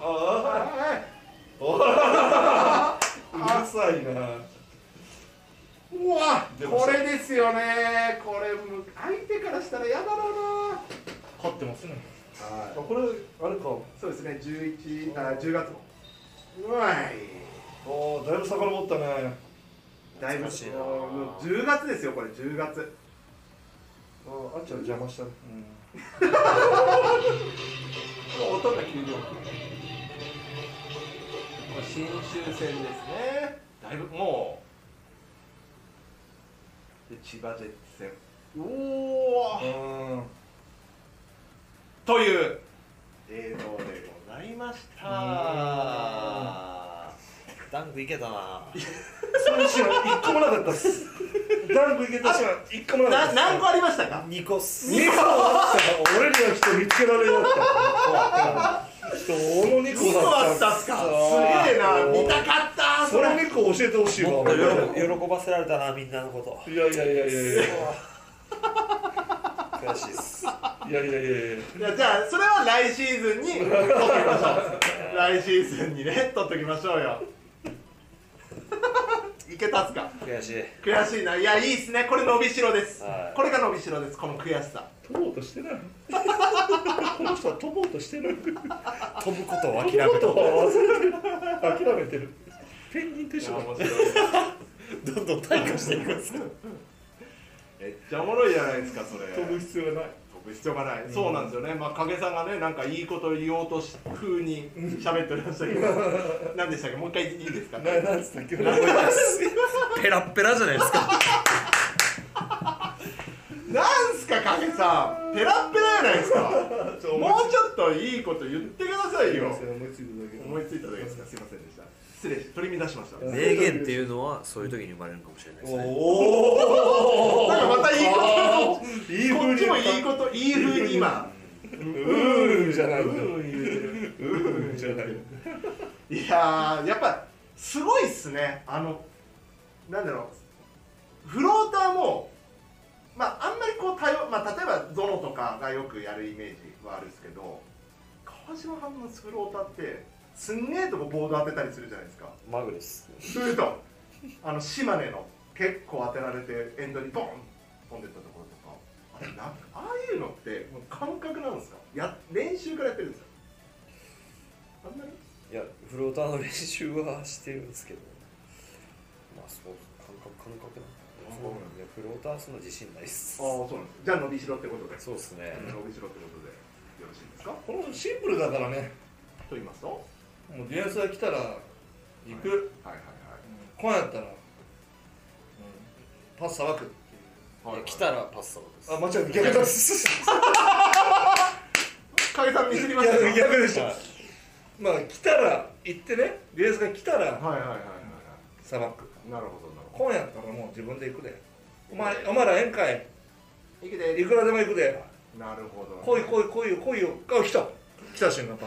あああうるさいなーうわ出ましたこれですよねこれもう相手からしたらやだろうな勝ってますねはこれあれかそうですね11あ10月もうまいおーだいぶ遡ったねだいぶ懐かしいなもう10月ですよこれ10月あーあっちゃん邪魔したね、音が急に大きい新州戦ですねだいぶもうで千葉ジェッツ戦おおうんうんという映像でございましたダンクいけたなそれしか一個もなかったっすダンクいけたしか一個もなかったっなす何個ありましたか2個っす二個あった俺には人見つけられよかった人の二2個個あだっったたっすかすげえな見たかったそそれの二個教えてほしいわもっ俺とい喜喜ばせられたなみんなのことやいやいやいやいや悔しいっすいやいやいやいやいやじゃあそれは来シーズ ンに撮っときましょう来シーズンにね撮っときましょうよ いけたっすか悔しい悔しいないやいいっすねこれ伸びしろです、はいこれが伸びしろですこの悔しさ飛ぼうとしてないこの人は飛ぼうとしてない飛ぶことを諦めてる諦めてるペンギンと一緒だ面白いどんどん退化していくんですめっちゃおもろいじゃないですかそれ飛ぶ必要はない飛ぶ必要がない、そうなんですよね、まあ、影さんがね、なんかいいこと言おうとし風に喋ってましたけど、何でしたっけ、もう一回いいですか、ななんつったっけなんなんペラッペラじゃないですかすか、影さん、ペラッペラじゃないですか、もうちょっといいこと言ってくださいよ、思いついただけ思いついただけですか、すいませんでした、失礼し、取り乱しました、なんか名言っていうのはそういう時に生まれるかもしれないですねまたいいこといいこ風っにちもいいこと、いい風に今、うーんじゃないんだうん言うてる。うーんじゃないいやーやっぱすごいっすねあのなんだろうフローターもまああんまりこう多様、まあ、例えばゾノとかがよくやるイメージはあるんですけど川島さんのフローターってすんげえとこボード当てたりするじゃないですかマグですするとあの島根の結構当てられてエンドにボン飛んでったところとかあれなんかああいうのってもう感覚なんですかや練習からやってるんですよあんまりいやフローターの練習はしてるんですけどまあそう感覚感覚なんだそうなんいやフローターするの自信ないっすああそうなんですじゃあ伸びしろってことでそうっすね伸びしろってことでよろしいですかこのシンプルだからねと言いますとはもうディフェンスが来たら行く、うんいはいこうやったら、うん、パスさばくはいいや来たらパスタですあ間違えた逆だ影さん見せりました逆よ逆でした まあ来たら行ってねディフェンスが来たらはいはいはいはさばくいなるほどなるほこうやったらもう自分で行くでお前お前らええんかいどいけていくらでも行くでなるほど来い来い来いよ来いよあ来た来た瞬間パ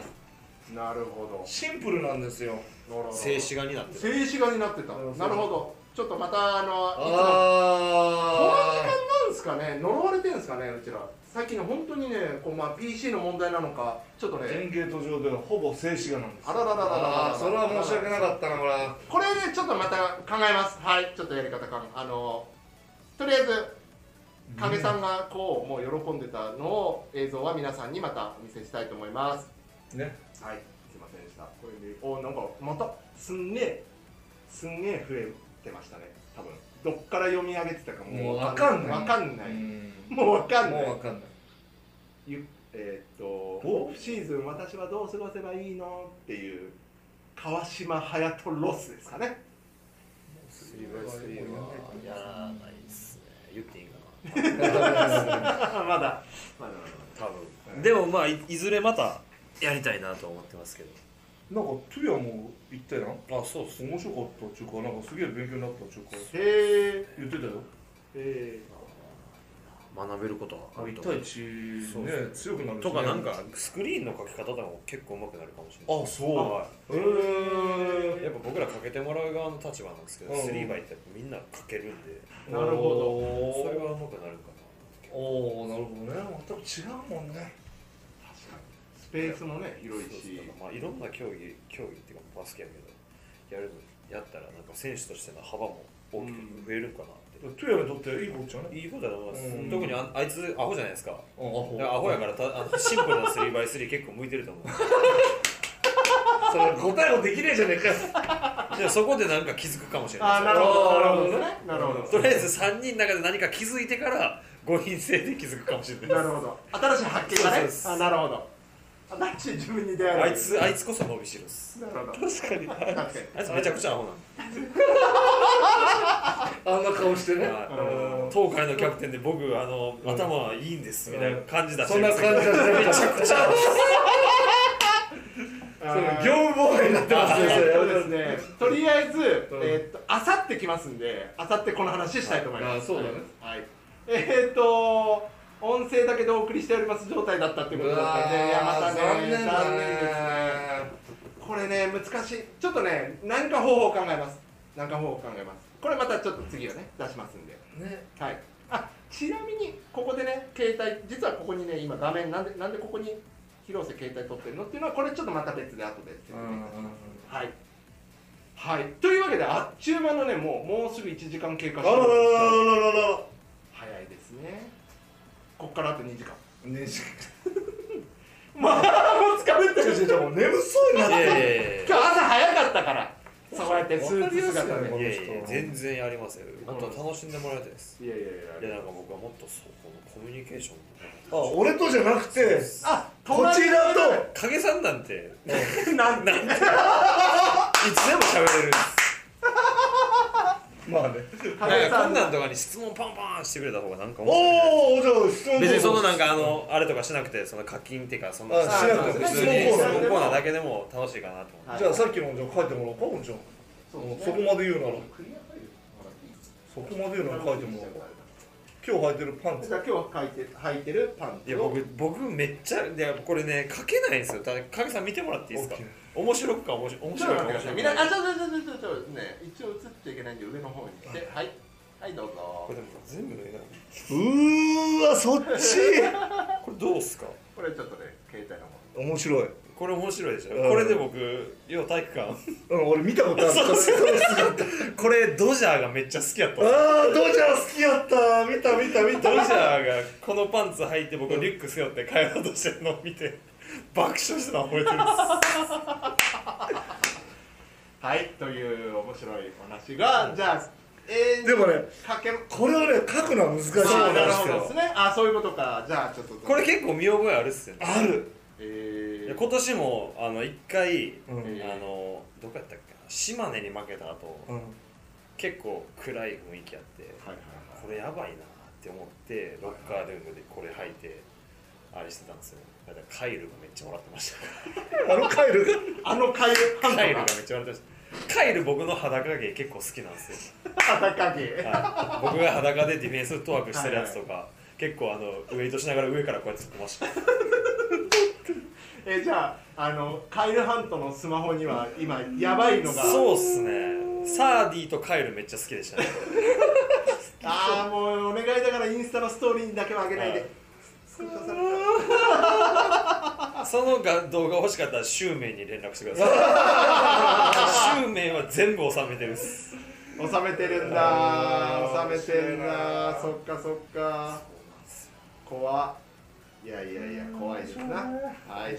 なるほスシンプルなんですよどなるほど静止画になってる静止画になってたなるほどなるほどちょっとまたあのいつもこの時あ間なんですかね呪われてるんですかねうちらさっきの本当にねこうまあ PC の問題なのかちょっとあね全ゲート上ではほぼ静止画なんですあららららららあーそれは申し訳なかったなこれはこれねちょっとまた考えますはいちょっとやり方かあのとりあえず影さんがこうもう喜んでたのを映像は皆さんにまたお見せしたいと思いますねはいすいませんでしたこれでおなんかまたすんげえすんげえ増えてましたね多分どっから読み上げてたかももうわわかんないわかんない、うんもうわかんなもういわかんないゆえーっとオフシーズン私はどう過ごせばいいのっていう川島隼人ロスですかね スリーバイスリーはやらないっすね言っていいかあまだまだまだな多分でもまあいいずれまたやりたいなと思ってますけなんかトゥヤも行ったやんどあそうっすね面白かったっちゅうかなんかすげえ勉強になったっちゅうかへえ言ってたよえ学べることはある1と思対う1そうね強くなるしねとかなんかスクリーンの描き方とかも結構上手くなるかもしれないあそうはへいやっぱ僕らかけてもらう側の立場なんですけどうんスリーバイってやっぱみんなかけるんでえなるほそれどが上手くなるかなおおなるほどね全く違うもんね確かにスペースもね広いそうしそうまあいろんな競技競技っていうかバスケやけどやるのやったらなんか選手としての幅も大きく増えるかなって、トゥヤにとっていいこっちゃねいいことだと思います、うん特にああいつアホじゃないですかあほだからアホやからたあのシンプルな 3x3 結構向いてると 思うそれ答えもできねえじゃねえかよでそこでなんか気づくかもしれあーなないるほどあーなるほどねなるほとりあえず3人の中で何か気づいてから5人制で気づくかもしれないどなるほど新しい発見がねそうですあなるほど新しい自分に出会えるあいつあいつこそ伸びしろっすなるほど確かにあ確かにいつめちゃくちゃアホなんであんな顔してねあの東海のキャプテンで僕あの頭いいんですみたいな感じだし そんな感じはめちゃくちゃアホあそれー業務妨害になってますねそれそうですね。とりあえず、うんえーっと、あさって来ますんで、あさってこの話したいと思います。あそうだね。はい。えーっと、音声だけでお送りしております状態だったってことだったんで、いや、またね、残念だ残ね念ですね。これね、難しい。ちょっとね、何か方法を考えます。何か方法を考えます。これまたちょっと次はね、出しますんで。ねはい。あ、ちなみに、ここでね、携帯、実はここにね、今画面、なんで、なんでここに広瀬携帯撮ってるのっていうのは、これちょっとまた別で後で説う明んいうんたしうますんはい。はい。というわけで、あっちゅう間のね、もう、もうすぐ1時間経過あしてらららららら早いですね。こっからあと2時間。ねしまあ、もう疲れて違る。う違う違うもう眠そうになっいてやいるやいやい今日朝早かったから。そうやってスーツ姿わかりやすで。いねやいやいや全然やりますよもっと楽しんでもらいたいですいやいやいやなんか僕はもっとそうこのコミュニケーションあ俺とじゃなくてあ、こちらと影さんなんてと。なんだ。いつでも喋れるんですまあねなんかこんなんとかに質問パンパンしてくれた方がなんか面白いんじゃないおおじゃあ質問別にそのなんかあのあれとかしなくてその課金っていうかそんなあしなくて普通質に問質コーナー問コーナーだけでも楽しいかなと思はいじゃあさっきのじゃあ書いてもらおうかじゃあそそこまで言うならそこまで言うなら書いてもらおうか今日履いてるパンツじゃあ今日履いて履いてるパンっていツやを僕僕めっちゃいやこれね書けないんですよただ影さん見てもらっていいですか OK 面白くか面白面ちょっと白いか待ってください。面白くみんな、ないあ、ちょちょちょちょちょちょね、一応映っちゃいけないんで、上の方に行って、はい、はい、どうぞこれ。でも全部脱いだのうーわそっちこれどうっすかこれちょっとね、携帯の方。面白いこれ面白いでしょ、うんこれで僕要体育館うん俺見たことあるこれドジャーがめっちゃ好きやったんですよああドジャー好きやった見た見た見ドたジャーがこのパンツ履いて僕リュック背負って帰ろうとしてるのを見て爆笑してたの覚えてるんですはい、という面白いお話が、じゃあ、えー、でもねかけ、これはね書くのは難しいんですあーなるほどですよね。あ、そういうことか。じゃあ、ちょっと。 これ、結構見覚えあるっすよねあるえいやー、今年もあの1回、うんうんあのどこやったっけな島根に負けた後、結構暗い雰囲気あってはいはいこれやばいなって思ってロッカールームでこれ履いてあれしてたんですよだからカイルがめっちゃ笑ってました あのカイルがはい。あのカイルパンツカイルががめっちゃ笑ってましたカイル僕の裸芸結構好きなんですよ裸毛。はい、僕が裸でディフェンストワークしてるやつとか、結構あのウェイトしながら上からこうやって突っ込ましたえー、じゃあ、あの、カイルハントのスマホには、今、やばいのが。。そううっすねサーディとカイルめっちゃ好きでしたねこれあー、もう、お願いだから、インスタのストーリーにだけは上げないはいで。スクショされたそのが動画欲しかったらシュウメイに連絡してくださいシュウメイは全部収めてるっす収めてるんあだー収めてるんだ面そ白っかそっか怖っいやいやいや怖いですなはい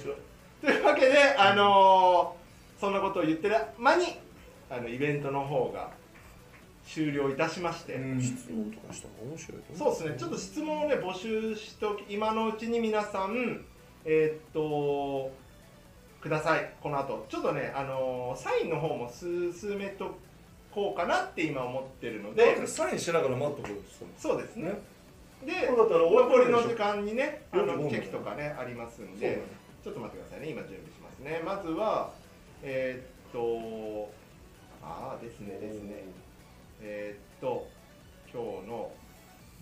というわけであのーそんなことを言ってる間にあのイベントの方が終了いたしまして、質問とかしたら面白いとそうですねちょっと質問をね募集しておき今のうちに皆さんえーっとくださいこの後ちょっとねあのーサインの方もす進めとこうかなって今思ってるのででサインしながら待っとくんですよそうですねねでそうだったら終わ残るりでしのょ時間にねあ45の分チェキとかねありますんそうだでねちょっと待ってくださいね今準備しますねまずはえーっとああですねですねえーっと今日の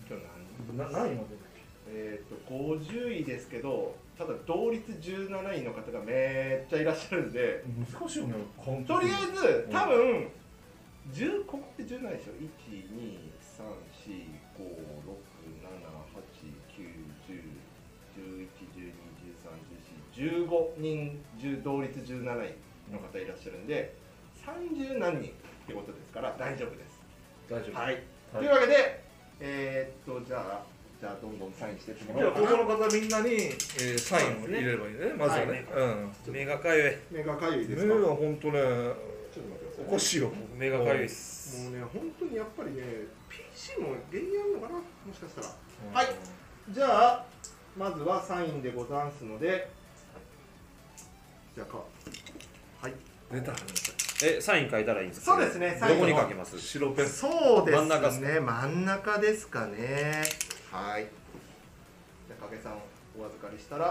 今日何な何位までえー、と50位ですけどただ同率17位の方がめっちゃいらっしゃるんで難しいよねとりあえずうん多分10ここって17でしょ123456789101112131415人10同率17位の方いらっしゃるんで30何人ってことですから大丈夫です大丈夫はいというわけで、えー、っと、じゃあ、じゃあ、どんどんサインしてってもじゃらあおうここの方みんなに、えーサインを入れればいいねまずはね、はいうん目がかゆい目がかゆいですねか、え本当ねちょっと待ってくださいおかしいよ目がかゆいっすもうね、本当にやっぱりね、PC も原因あるのかな、もしかしたら。はい、じゃあ、まずはサインでござんすので、じゃあか、はい、出たえサイン書いたらいいんですかそうですねどサインこをに書きます白ペンそうで真すね、ん中っす真ん中ですかね、はい、じゃあ、影さん、お預かりしたら、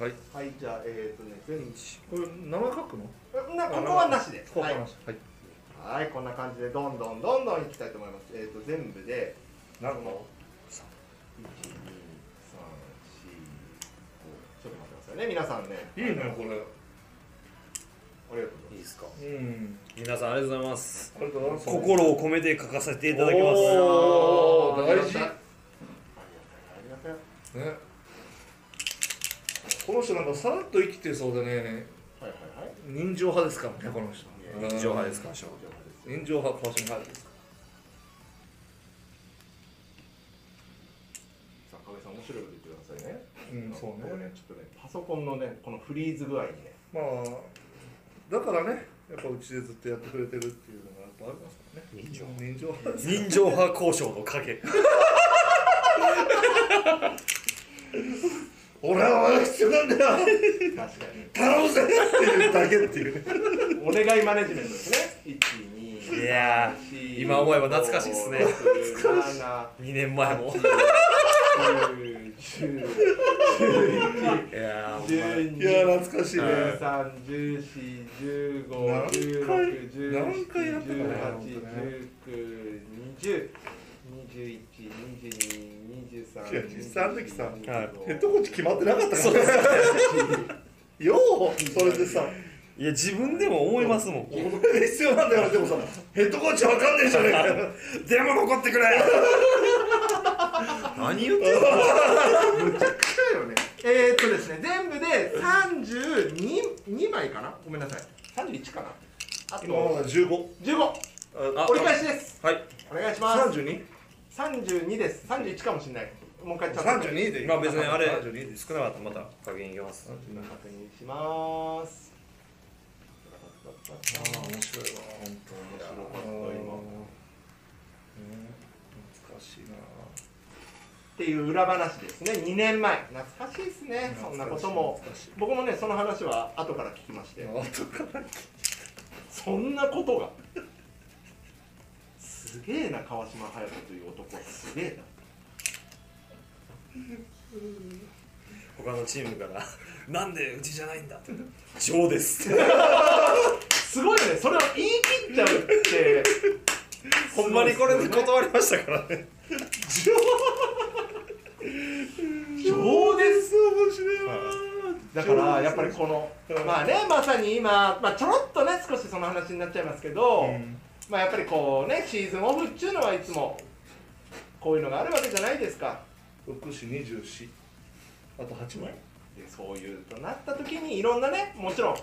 はいはい、じゃあ、えー、とね、全これ名前書くのなここはなしで、こうかはいな、はいはい、こんな感じで、どんどんどんどんいきたいと思います、えー、と全部で、なるほ1 2 3 4 5ちょっと待ってくださいね皆さんねどいいねこありがとうございいいですかれうん皆さんありがとうございますありがとうございます心を込めて書かせていただきますおまー大す事ありがたいありがたいねこの人なんかさらっと生きてそうではねいはいはい人情派ですからねこの人いや以上派ですか以上です人情派川島派ですかさあ影さん面白いこと言ってくださいねうん僕ねちょっとねパソコンのねこのフリーズ具合にねまあだからねやっぱうちでずっとやってくれてるっていうのがやっぱありますからね人情人情派です人情派交渉の影俺は俺が必要なんだよ確かに頼むぜっていうだけっていうねお願いマネジメントですね1 2いや今思えば懐かしいっすね懐かしいー2年前もいやーお前12いや懐かしいね十三、十四、十五、十六、十何七、回十やったかな八、十九、二十。二十一、二十二、二十三。いや実際あの時さはいヘッドコーチ決まってなかったからねようそれでさいや自分でも思いますもん俺が必要なんだからでもさヘッドコーチわかんねえじゃねえかよでも残ってくれ何言ってんのだよね。えー、っとですね、全部で三十二、二枚かな。ごめんなさい。三十一かな。あ今まとだ15十五。あ折り返しです。はい。お願いします。 32? 三十二です。三十一かもしれない。もう一回ちゃんと。 32でまあ別にあれ32で少なかったらまた加減いきます確認します。ああ面白いわ本当に面白かった今うん懐かしいなっていう裏話ですね2年前懐かしいですねそんなことも懐かしい僕もねその話は後から聞きまして後からそんなことがすげえな川島隼人という男はすげえ他のチームから 「なんでうちじゃないんだ」って「ジョーです」なすごいねそれを言い切っちゃうって ほんまにこれで断りましたからね情です面白いわだからやっぱりこのまあねまさに今、まあ、ちょろっとね少しその話になっちゃいますけど、まあやっぱりこうねシーズンオフっていうのはいつもこういうのがあるわけじゃないですか六四二十四あと八枚でそういうとなった時にいろんなねもちろん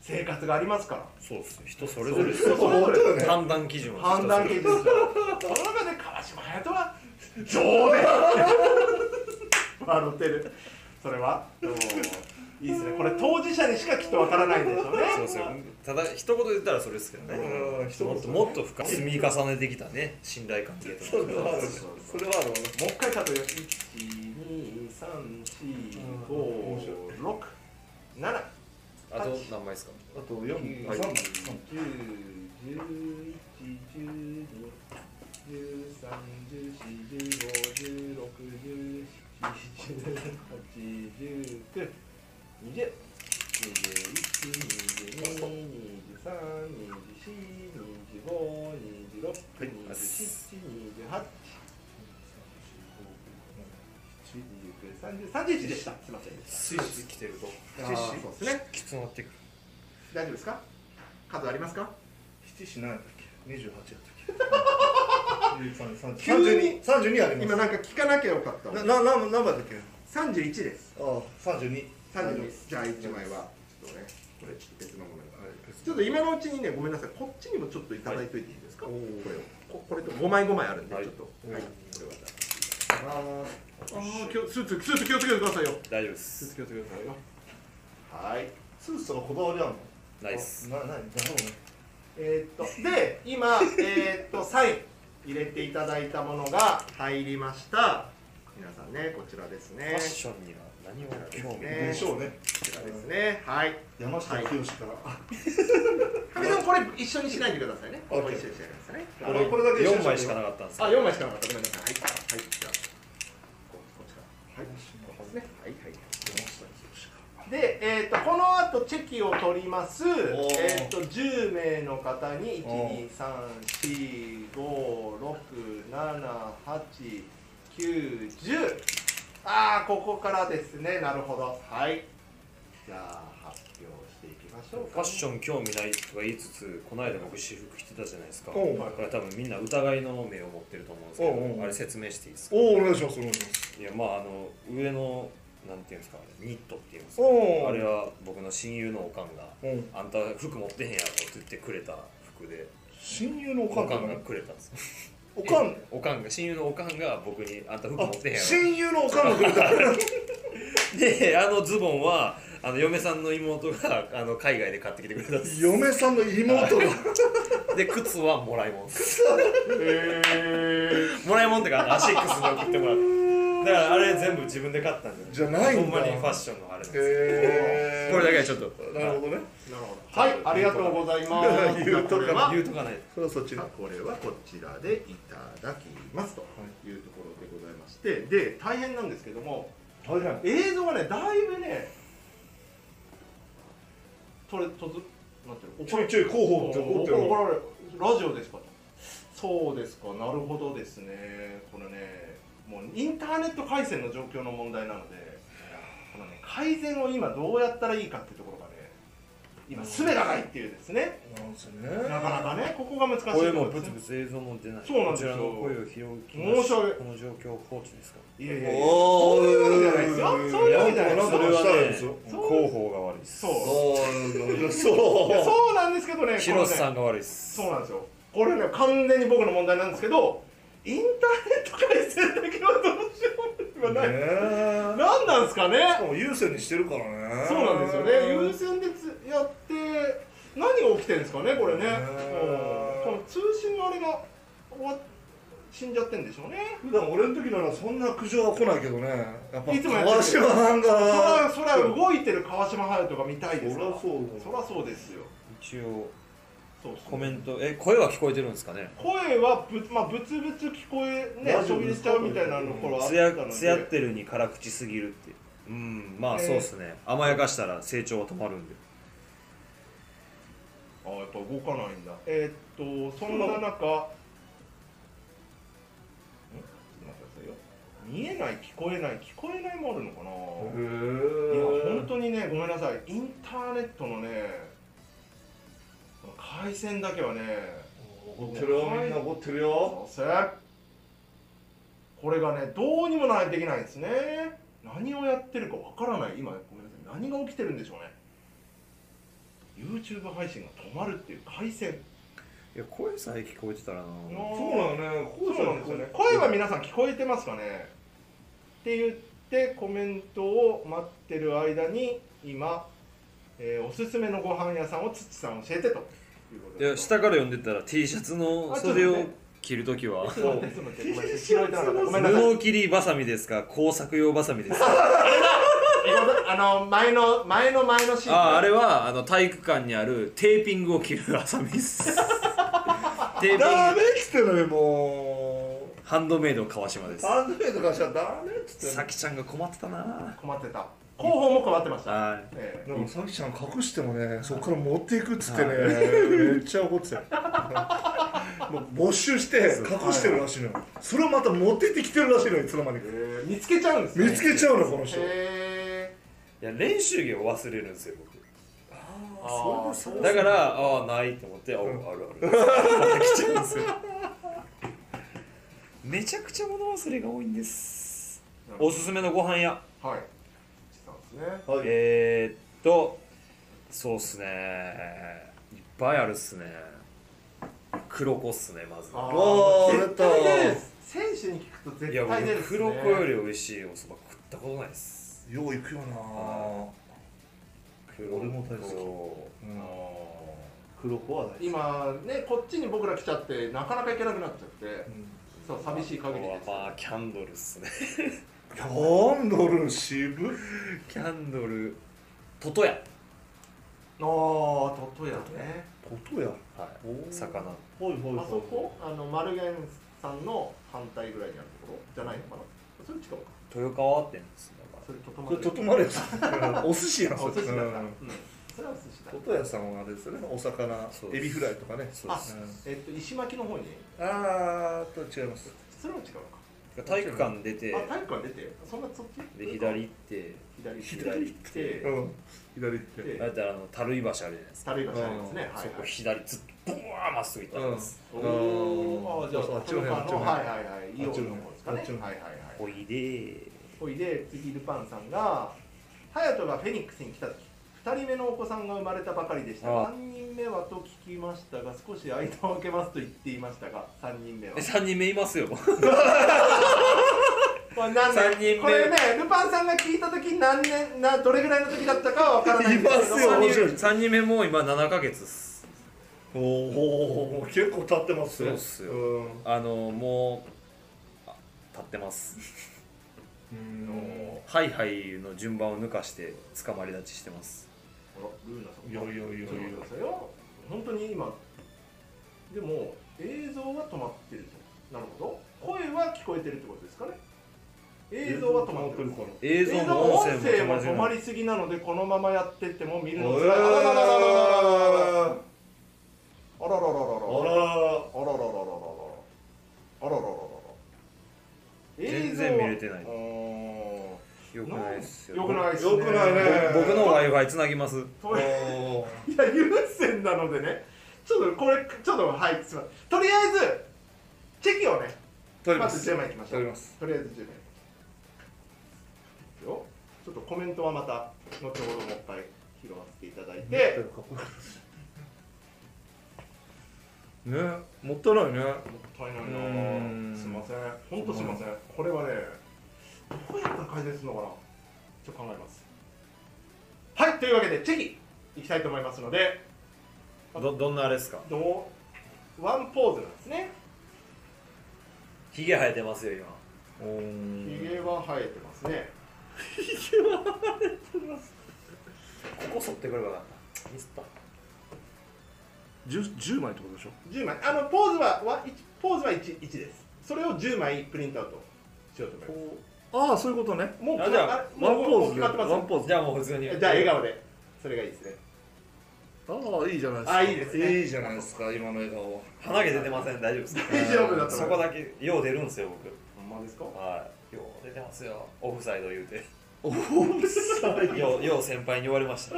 生活がありますからそうです人それぞれそうそうそう判断基準は判断基準ですよその中で川島隼人は上で 笑ってるそれはもういいですねこれ当事者にしかきっとわからないんでしょうねそうですよただ一言で言ったらそれですけどうねん一言もっともっと深く積み重ねてきたね信頼関係とかそれはあもうの一回数えよう1234567あと何枚ですかあとは四枚い三枚31でした。すみません。スイス来てるとあーそうですね。きつくなってくる大丈夫ですか数ありますか七四何やったっけ二十八やったっけ急に三十二あり今なまんか聞かなきゃよかったすななな何番だっけ31ですああ三十二32じゃあ1枚はちょっとねこれ別のものがはい別ちょっと今のうちにねごめんなさいこっちにもちょっといただいといていいですか、これをここれと5枚5枚あるんで、はいちょっとはいこれはじゃああー今日スーツスーツ気をつけてくださいよ大丈夫でスーツす気をつけてくださいよはいスーツとかこだわりあるのナイスなななるほどねえーっとで今えーっとサイン入れていただいたものが入りました皆さんねこちらですファねッションには何を興味ねでしょうねこちらですねはい山下清から、かみさんこれ一緒にしないでくださいねここ一緒にしないでくださいねこれこれだけ4枚しかなかったんですあ、四枚しかなかった。ごめんなさい。はい、はい、じゃあ、ここちら。はい、ここですね。はい、はい。で、えっ、と、この後チェキを取ります。ーえっ、と、10名の方に、1、お2、3、4、5、6、7、8、9、10。ああ、ここからですね。なるほど。はい。じゃあ、発表していきましょうか。ファッション興味ないとか言いつつこの間僕私服着てたじゃないですかおうだから多分みんな疑いの目を持ってると思うんですけおうおうどあれ説明していいですかおおお願いしますお願いしますいやまああの上のなんていうんですかあれニットっていうんですかおおあれは僕の親友のおかんがうん「あんた服持ってへんやろ」って言ってくれた服で親友のおおかかんだんがねくれたんですおかんおかんが親友のおかんが僕に「あんた服持あってへんやろ親友のおかんがくれた」であのズボンはあの嫁さんの妹があの海外で買ってきてくれたんです嫁さんの妹がで靴はもらいもんですもらいもんってかあのアシックスに送ってもらっただからあれ全部自分で買ったんじじゃゃないんだほんまにファッションのあれなんですよへえこれだけはちょっとなるほどねなるほど。はい、ありがとうございます。言うとかなじゃあこれは言うとかないそそちらこれはこちらでいただきますというところでございましてで大変なんですけども大変映像がねだいぶねとれとずなんていうのちょいちょい広報って怒ってる怒られるラジオですかそうですかなるほどですねこれねもうインターネット回線の状況の問題なのでこのね改善を今どうやったらいいかっていうところがね今すべがないっていうですねなんですねなかなかねここが難しいとこ声ろもですブねツブツ映像も出ないそうなんですこよちらの声を拾う気申し訳ないこの状況を放置ですかいやいやいやおそういうわけじゃないですよそういうわけじゃないですそよれはねそう広報が悪いですそうそういやそそうなんですけどね広瀬さんんが悪いですそうなんですよこれね完全に僕の問題なんですけどインターネット回線だけはどうしようもうない、ねえ何なんですかねしかも優先にしてるからねそうなんですよね優先でつやって何が起きてるんですかねこれね、ねうん、この通信のあれが終わっ死んじゃってんでしょうね普段俺の時ならそんな苦情は来ないけどねやっぱいつもやってる川島さんそりがゃそりゃ動いてる川島隼人が見たいですからそりゃそうだそりゃそうですよ一応そうですねコメントえ声は聞こえてるんですかね声はぶまあブツブツ聞こえねラジちオょびれちゃうみたいなの頃あっつたやのでつやってるに辛口すぎるってうんまあそうっすね、甘やかしたら成長は止まるんであやっぱ動かないんだえーっとそんな中んちょっと待ってくださいよ見えない聞こえない聞こえないもあるのかなへいやえ本当にねごめんなさいインターネットのねこの回線だけはね怒ってるよみんな怒ってるよそうこれがねどうにもないできないですね何をやってるかわからない今ごめんなさい何が起きてるんでしょうね YouTube 配信が止まるっていう回線いや声さえ聞こえてたらなそうなのねこうじそゃうななんいですよね声は皆さん聞こえてますかねって言ってコメントを待ってる間に今、えーおすすめのご飯屋さんをつっちさん教えてということいや下から読んでたら T シャツのあちょっとね袖を切るときはちょっと待ってちょっと待ってごめんなさい拾えてなかったごめんなさい 布切りバサミですか工作用バサミで すかあの前の前の前のシーンああれはあの体育館にあるテーピングを切るハサミです テーピングダメっつってのよもうハンドメイド川島ですアンドメイドからしたらダメっつってさきちゃんが困ってたな困ってた広報も困ってました、はいえなんかさきちゃん隠してもねそこから持っていくっつってねめっちゃ怒 ってたよもう没収して隠してるらしいのよそれをまた持って行ってきてるらしいのよいつの間にかー見つけちゃうんですね見つけちゃうのこの人へいや練習着を忘れるんですよ僕ーそあうですーだから、ああ、ないと思って、あ、あるある。 来ちゃうんですよ。めちゃくちゃ物忘れが多いんです。おすすめのご飯屋。はいつっちさんですねはいえー、っと、そうっすね。いっぱいあるっすね黒子っすねまずあおーー絶対出る選手に聞くとい絶や対出る僕っすね黒子より美味しいおそば食ったことないですよう行くよなぁ黒子俺も大好うん黒子は大好き今ねこっちに僕ら来ちゃってなかなか行けなくなっちゃってうんそう寂しい限りではすまあキャンドルっすね キャンドル渋っキャンドルトトヤああトトヤねことやはおーい魚ほいほいあそこあの丸源さんの反対ぐらいにあるところじゃないのかなそれ近くか豊川店ですねそれととまこれ整まれ たお寿司やんあお寿司だったううんんそれはお寿司だことやさんはあれですよねお魚そうでエすビフライとかねそうですうんえっと石巻の方にあーと違いますそれは違うか体育館出てあ体育館出てそんなそっちで左行って左左左行ってうん左行ってでだったらあの樽井橋あるじゃないですか樽井橋ありますねはいそこはい左ずっとブワーまっすぐ行ったんですおあおーーじゃあそうそうあっちのそ辺あっちのの辺はいはいはいイオンの方ですかねあっちのは辺いはいはいおいでおいで次ルパンさんが隼人がフェニックスに来た時2人目のお子さんが生まれたばかりでしたああ3人目はと聞きましたが少し間を空けますと言っていましたが3人目はえ3人目いますよこれ何三人目これねルパンさんが聞いた時何年などれぐらいの時だったかは分からないんですけどいますよ面白い3人目もう今7ヶ月っすおお結構経ってますそうっすようんあのもうあ立ってますうんハイハイの順番を抜かして捕まり立ちしてますあらルーナさんいやいやいやいやそういうことですよ本当に今でも映像は止まってるとなるほど声は聞こえてるってことですかね映像は止まってるら映像映像もも音音声声もも止止ままりりすぎなのでこのままやってっても見るのおつえらいあらららららららあらららららあらあららららららあらららららら全然見れてない映像はよくないっすうーよんよくないですねよくないね僕僕の w i f i つなぎまとすりおーいや有線なのでねちょっとこれちょっとはいすいませんとりあえずチェキをね撮りままずす10枚いきましょ撮りうますとりあえず10枚いくよちょっとコメントはまた後ほどもう一回拾わせていただいてねもったいないうもったいないねーなんすいません本当すいませんこれはねどうやったら改善するのかなちょっと考えますはいというわけでチェキいきたいと思いますのでどどんなあれっすかどうワンポーズなんですねヒゲ生えてますよ今おーひげは生えてますねここ剃ってくればよかったミスった10 10枚ってことでしょ10枚あのポーズはわ一ポーズは 1, 一ですそれを10枚プリントアウトしようと思いますああそういうことねもうあじゃあれワンもうポもーうズ決まってますワンポーズじゃあもう普通にじゃあ笑顔でそれがいいですねああいいじゃないですかあいいですねいいじゃないですか今の笑顔は鼻毛出てません大丈夫ですか大丈 夫だとそ思いこますだけよう出るんですよ僕ほんまですかはいよう出てますよオフサイド言うておおさいようよう先輩に言われました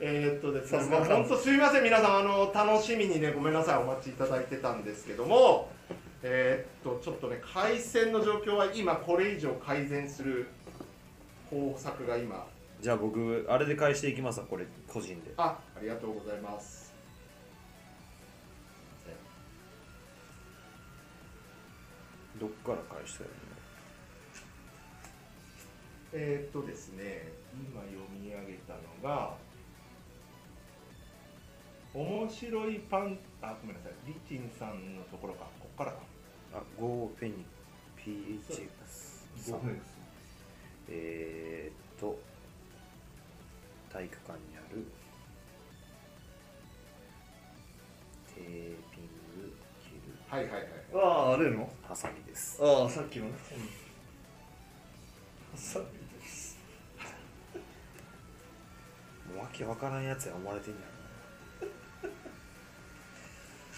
えー、っとですねさ、すがまあ、だ本当すみません、皆さん、あの楽しみにね、ごめんなさい、お待ちいただいてたんですけども、えー、っと、ちょっとね、回線の状況は今、これ以上改善する方策が今、じゃあ僕あれで返していきますわこれ個人であありがとうございます。すいませんどっから返したらいいのえー、っとですね、今読み上げたのが、面白いパン、あ、ごめんなさい、リチンさんのところか、こっからか。あ、ゴーフェニック PHX さんえー、っと体育館にあるテーピング切るはいはいはい。あああれのハサミですああさっきのねもうわけわからんやつや思われてんや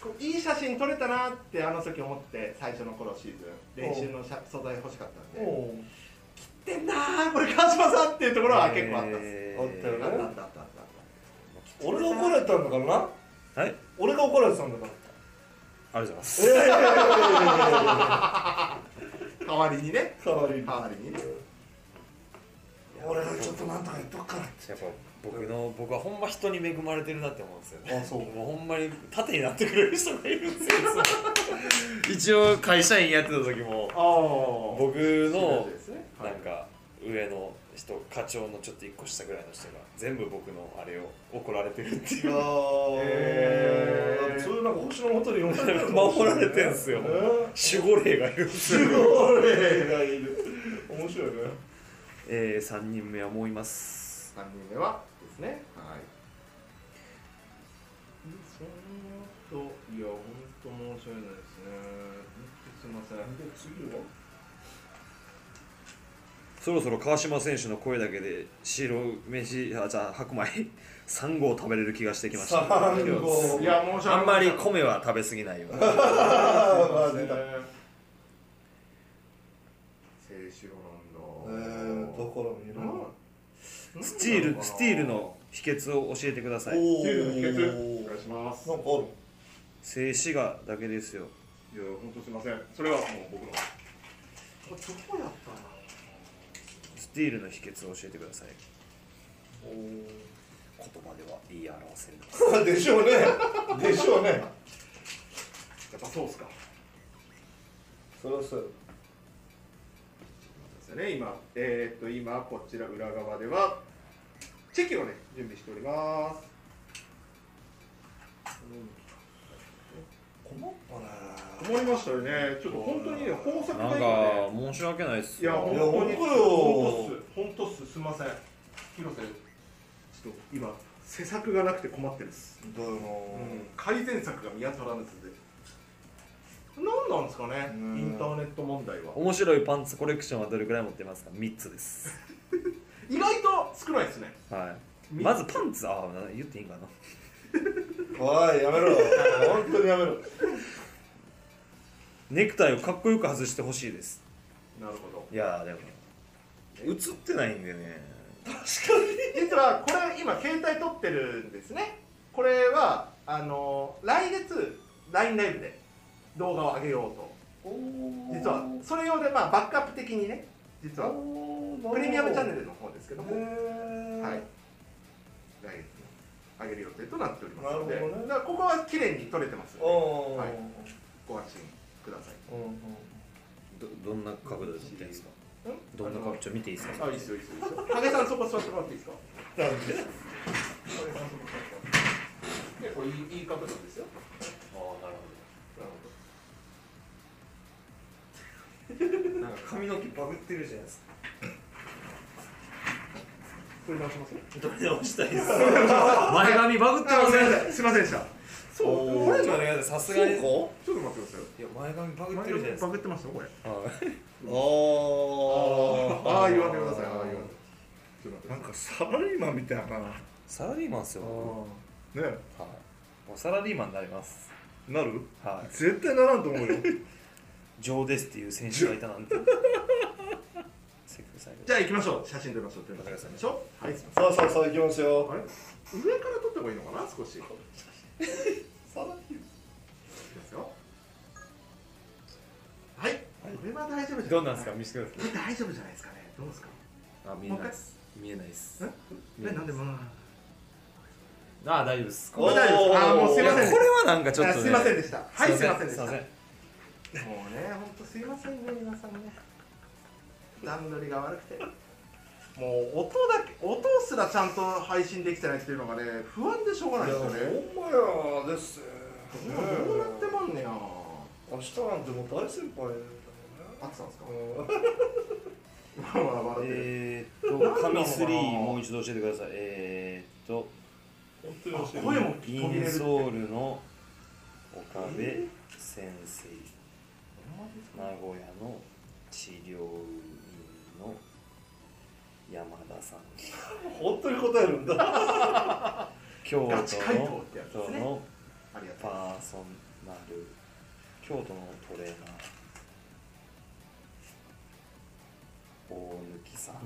こういい写真撮れたなってあの時思って最初の頃シーズン練習の写素材欲しかったんでお「でんなーこれ川島さん」っていうところは結構あったんです、えあったよあったねあったあったあった俺が怒られたんだからなはい俺が怒られてたんだからありがとうございますええ代わりにね代わりに代わりにね俺がちょっとなんとか言っとくからってやっぱ僕の僕はほんま人に恵まれてるなって思うんですよねあそうもうほんまに盾になってくれる人がいるんで すよいつも一応会社員やってた時もああ僕のですねはないんか上の人課長のちょっと1個下ぐらいの人が全部僕のあれを怒られてるっていうへーそういうなんか星のもとに呼ん でる守られてんすよね守護霊がいるんですよ俺がいる面白いねえー、3人目はもういます3人目はですねはいでその後いや本当申し訳ないですねすいません次はそろそろ川島選手の声だけで白飯あじゃあ白米3合食べれる気がしてきました3号いや申し訳あんまりこ米は食べ過ぎないようにあー出た静止えロンードところもいるな スチールスティールの秘訣を教えてくださいおスチールの秘訣ーお願いしますなんかある静止画だけですよいや本当すいませんそれはもう僕のこれどこやったのスティールの秘訣を教えてくださいお言葉では言い表せるーでしょうねでしょうねやっぱそうっすかそれはそうですよね今えーっと今こちら裏側ではチェキをね準備しております困ったね困りましたよねちょっと本当にね豊作なんだかよね申し訳ないっすいやよ本いや当に本当よ本当っす本当っすすいません広瀬ちょっと今施策がなくて困ってるっす、だよな改善策が見当たらぬっすで何なんですかねうんインターネット問題は面白いパンツコレクションはどれくらい持ってますか3つです、意外と少ないですねはい、みまずパンツああ言っていいんかなおいやめろ本当にやめろネクタイをかっこよく外してほしいですなるほどいやーでも映ってないんでね実はこれ今携帯撮ってるんですねこれはあの来月 LINE ライブで動画を上げようと実はそれ用で、まあ、バックアップ的にね実はプレミアムチャンネルの方ですけども、はい、は来月に上げる予定となっておりますのでなるほどねだからここは綺麗に撮れてますのでおーはいご安心くださいうんうんどどんな角度で撮ってんですかんどんな角度見ていいですかあいいっすよいいっすよいいっすよ影さんそこ座ってもらっていいですかなんで影さんそこ座ってもらってでこれいいいい角度ですよああなるなるほどなんか髪の毛バグってるじゃないですか取り直します取り直したいです 前髪バグってませんすいませんでしたそこれのやつさすがにいやこちょっと待ってください前髪バグってるじゃないですかグってましたこれあああ言わんでくださいああ言わんでちょっと待ってくだなんかサラリーマンみたいななねサラリーマンっすよもうサラリーマンになりますなるはい絶対ならんと思 うよジョーですっていう選手がいたなん てセクサイじゃあ行きましょう写真撮りましょう撮りましょう撮りましょうはいすいまさあさあさあ行きますせんあよれ上から撮った方がいいのかな少しさらにいきますよはいこれは大丈夫じゃないどんなんですか見せてくこれ大丈夫じゃないですかねどうですかださいあ見えないです見えないですええなんでもなああ大丈夫ですこれ大丈夫ですああもうすいませんいやこれはなんかちょっあと、ね、すいませんでしたはいすいませんでしすたいまもうせんね本当すいませんね皆さんね段取りが悪くてもう音だけ音すらちゃんと配信できてないっていうのがね不安でしょうがないですよねほんまやですねどうなってまんねや明日なんてもう大先輩だよねあってたんですかうんまあまあ笑ってるえー、っと紙スリーもう一度教えてくださいえー、っと本当にあ教えて声も飛びイ出るンってソールの岡部先生、名古屋の治療院の山田さん本当に答えるんだ京都ガチ回答のってやつです京都ねのありがとうございまパーソナル京都のトレーナー大貫さん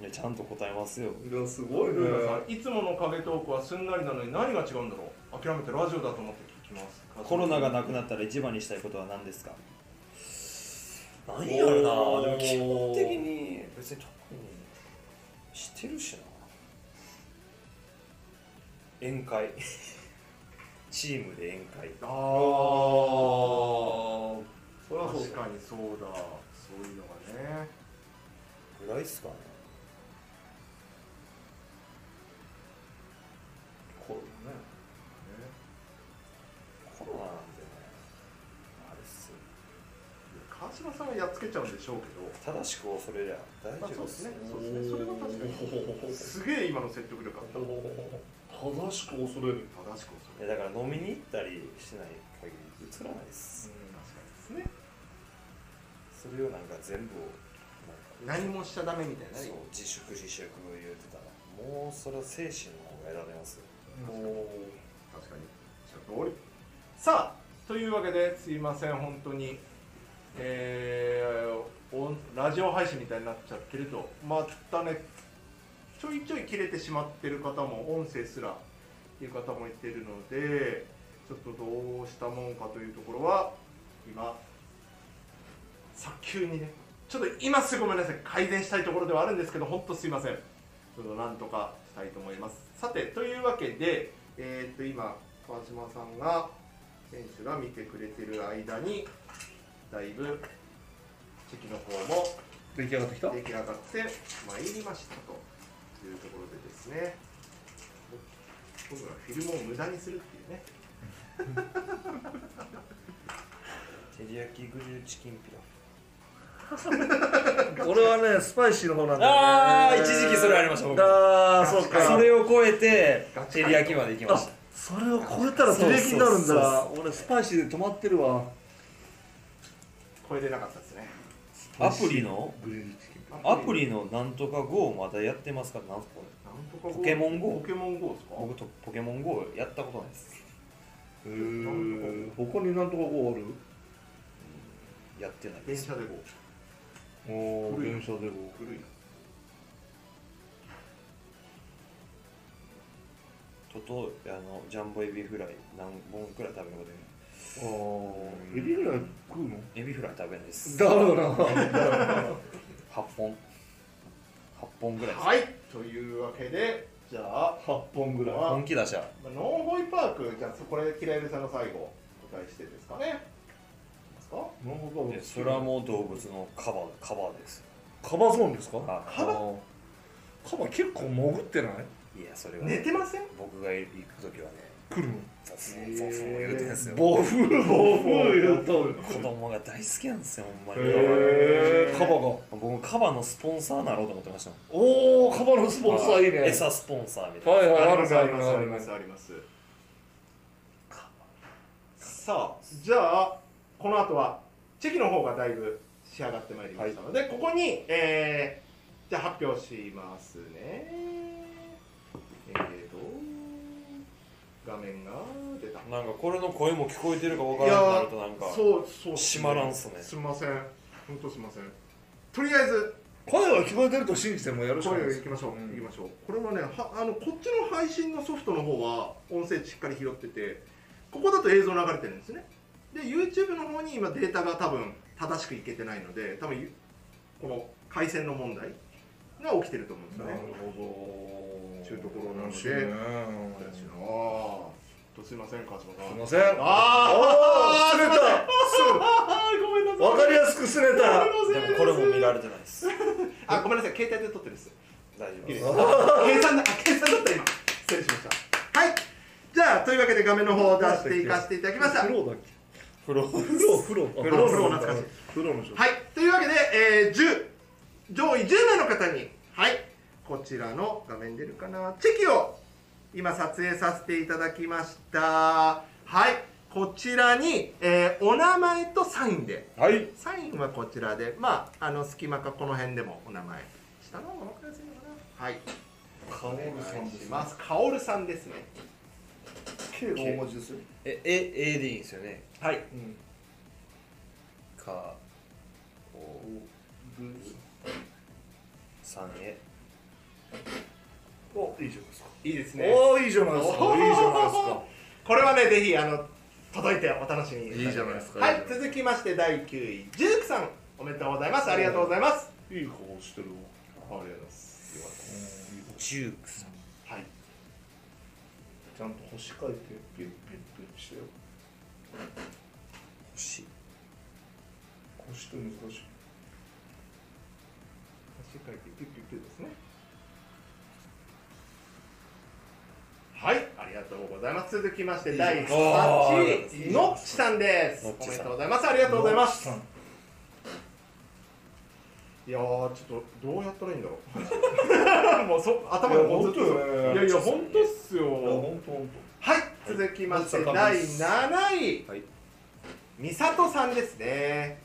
いやちゃんと答えますよいやすごいねす皆さんいつもの影トークはすんなりなのに何が違うんだろう諦めてラジオだと思って聞きますコロナがなくなったら一番にしたいことは何ですか何やろなでも基本的に別に特にしてるしな宴会 チームで宴会あーそれは確かにそうだそういうのがねぐらいっすかねコロナねコロナなんでねあれっすよ川島さんはやっつけちゃうんでしょうけど正しく恐れりゃ大まあ丈そ夫うですねそうっすねですねそれは確かにすげえ今の説得力あった正正しく恐れるしく恐いれやだから飲みに行ったりしない限り映らないです、確かにですねそれをなんか全部をなんか何もしちゃダメみたいなそうね自粛自粛言うてたらもうそれは精神の方が選べますよ確かにおっしゃる通りさあというわけですいません本当にえーおラジオ配信みたいになっちゃってるとまたねちょいちょい切れてしまってる方も音声すらいう方もいてるのでちょっとどうしたもんかというところは今早急にねちょっと今すぐごめんなさい改善したいところではあるんですけど本当すいませんちょっとなんとかしたいと思いますさてというわけでえーっと今川島さんが選手が見てくれてる間にだいぶチェキの方も出来上がってきた出来上がってまいりましたというところでですね僕はフィルムを無駄にするっていうね照り焼きグリルチキンピラフ俺はねスパイシーの方なんだよねあー一時期それありました僕ああそうかそれを超えてガチ照り焼きまで行きまあしたそれを超えたらテレビになるんだ俺スパイシーで止まってるわ超えれなかったですねアプリのグリルチキンアプリのなんとか GO まだやってますからなんすかこなれんとか GO ポケモン GO ポケモン GO ですか僕とポケモン GO やったことないですへー他になんとかこうあるやってないで電す車で GO お古い車でこ古いなととあのジャンボエビフライ何本くらい食べることにあーエビフライ食うのエビフライ食べないですだ ろうな8本8本ぐらいですはいというわけでじゃあ8本ぐらいあ本気出しゃまあノンホイパークじゃあこれキラエルさんの最後お答えしてですかねいきますかなるほどいやそれはもう動物のカバーカバーですカバーゾーンですかあカバーカバー結構潜ってないいやそれは寝てません僕が行く時はね来るのザフンザフン言うてんすよ暴風暴風言うとる子供が大好きなんですよほんまにへーカバーが僕カバのスポンサーなろうと思ってましたもんおおカバーのスポンサーいいね餌スポンサーみたいなはいはいあるねあありるまねすあありるますねありますさあじゃあこの後はチェキの方がだいぶ仕上がってまいりましたので、ここに、えーじゃあ発表しますねえーと画面が出たなんかこれの声も聞こえてるか分からんくなるとなんかそうそう閉まらんっすねすみません本当すみませんとりあえず声は聞こえてると信じてもやるしかこないれでいすきましょう、うんいきましょうこれはねはあのこっちの配信のソフトの方は音声しっかり拾っててここだと映像流れてるんですねで YouTube の方に今データが多分正しくいけてないので多分ゆこの回線の問題が起きてると思うんですよなるねほどちゅうところなので面白いね私のほんとすいません川島すさいんませんあー おーすねあーごめんなたわかりやすくすねたでもこれも見られてないですあごめんなさい携帯で撮ってるんです大丈夫いいでですす計算だあ計算だった今失礼しましたはいじゃあというわけで画面の方を出していかせていただきました風呂だっけ風呂風呂風呂あ風呂風呂懐かしい風呂の人はい、というわけで、えー10上位10名の方に、はい、こちらの画面出るかな、チェキを今撮影させていただきました。はい、こちらに、えーお名前とサインで、はいサインはこちらで、まあ、あの隙間かこの辺でもお名前、下の方が分かりやすいのかな。はい、カオルお願いします。カオルさんですね。 K が大文字ですよえ、え、A でいいんですよねはい、うんか、お、さんえおいいじゃないですかいいですね。おーいいじゃないですかいいじゃないですか これはね、ぜひあの届いてお楽しみにいいじゃないですかはいいいじゃないですか続きまして第9位ジュークさんおめでとうございますありがとうございますいい顔してるわありがとうございますよかったですジュークさんはいちゃんと星書いてピュッピュッピュッしてよ星星って難しい世界でピュッピュッピュッですねはいありがとうございます続きまして第8位のっちさんですのおっちめでさんとうございますありがとうございますノッチいやーちょっとどうやったらいいんだろう もうそ頭がもうずっといや本当よねいやいや本当っすさんいやよ本当本はい続きましてはい第7位はいみさとさんですね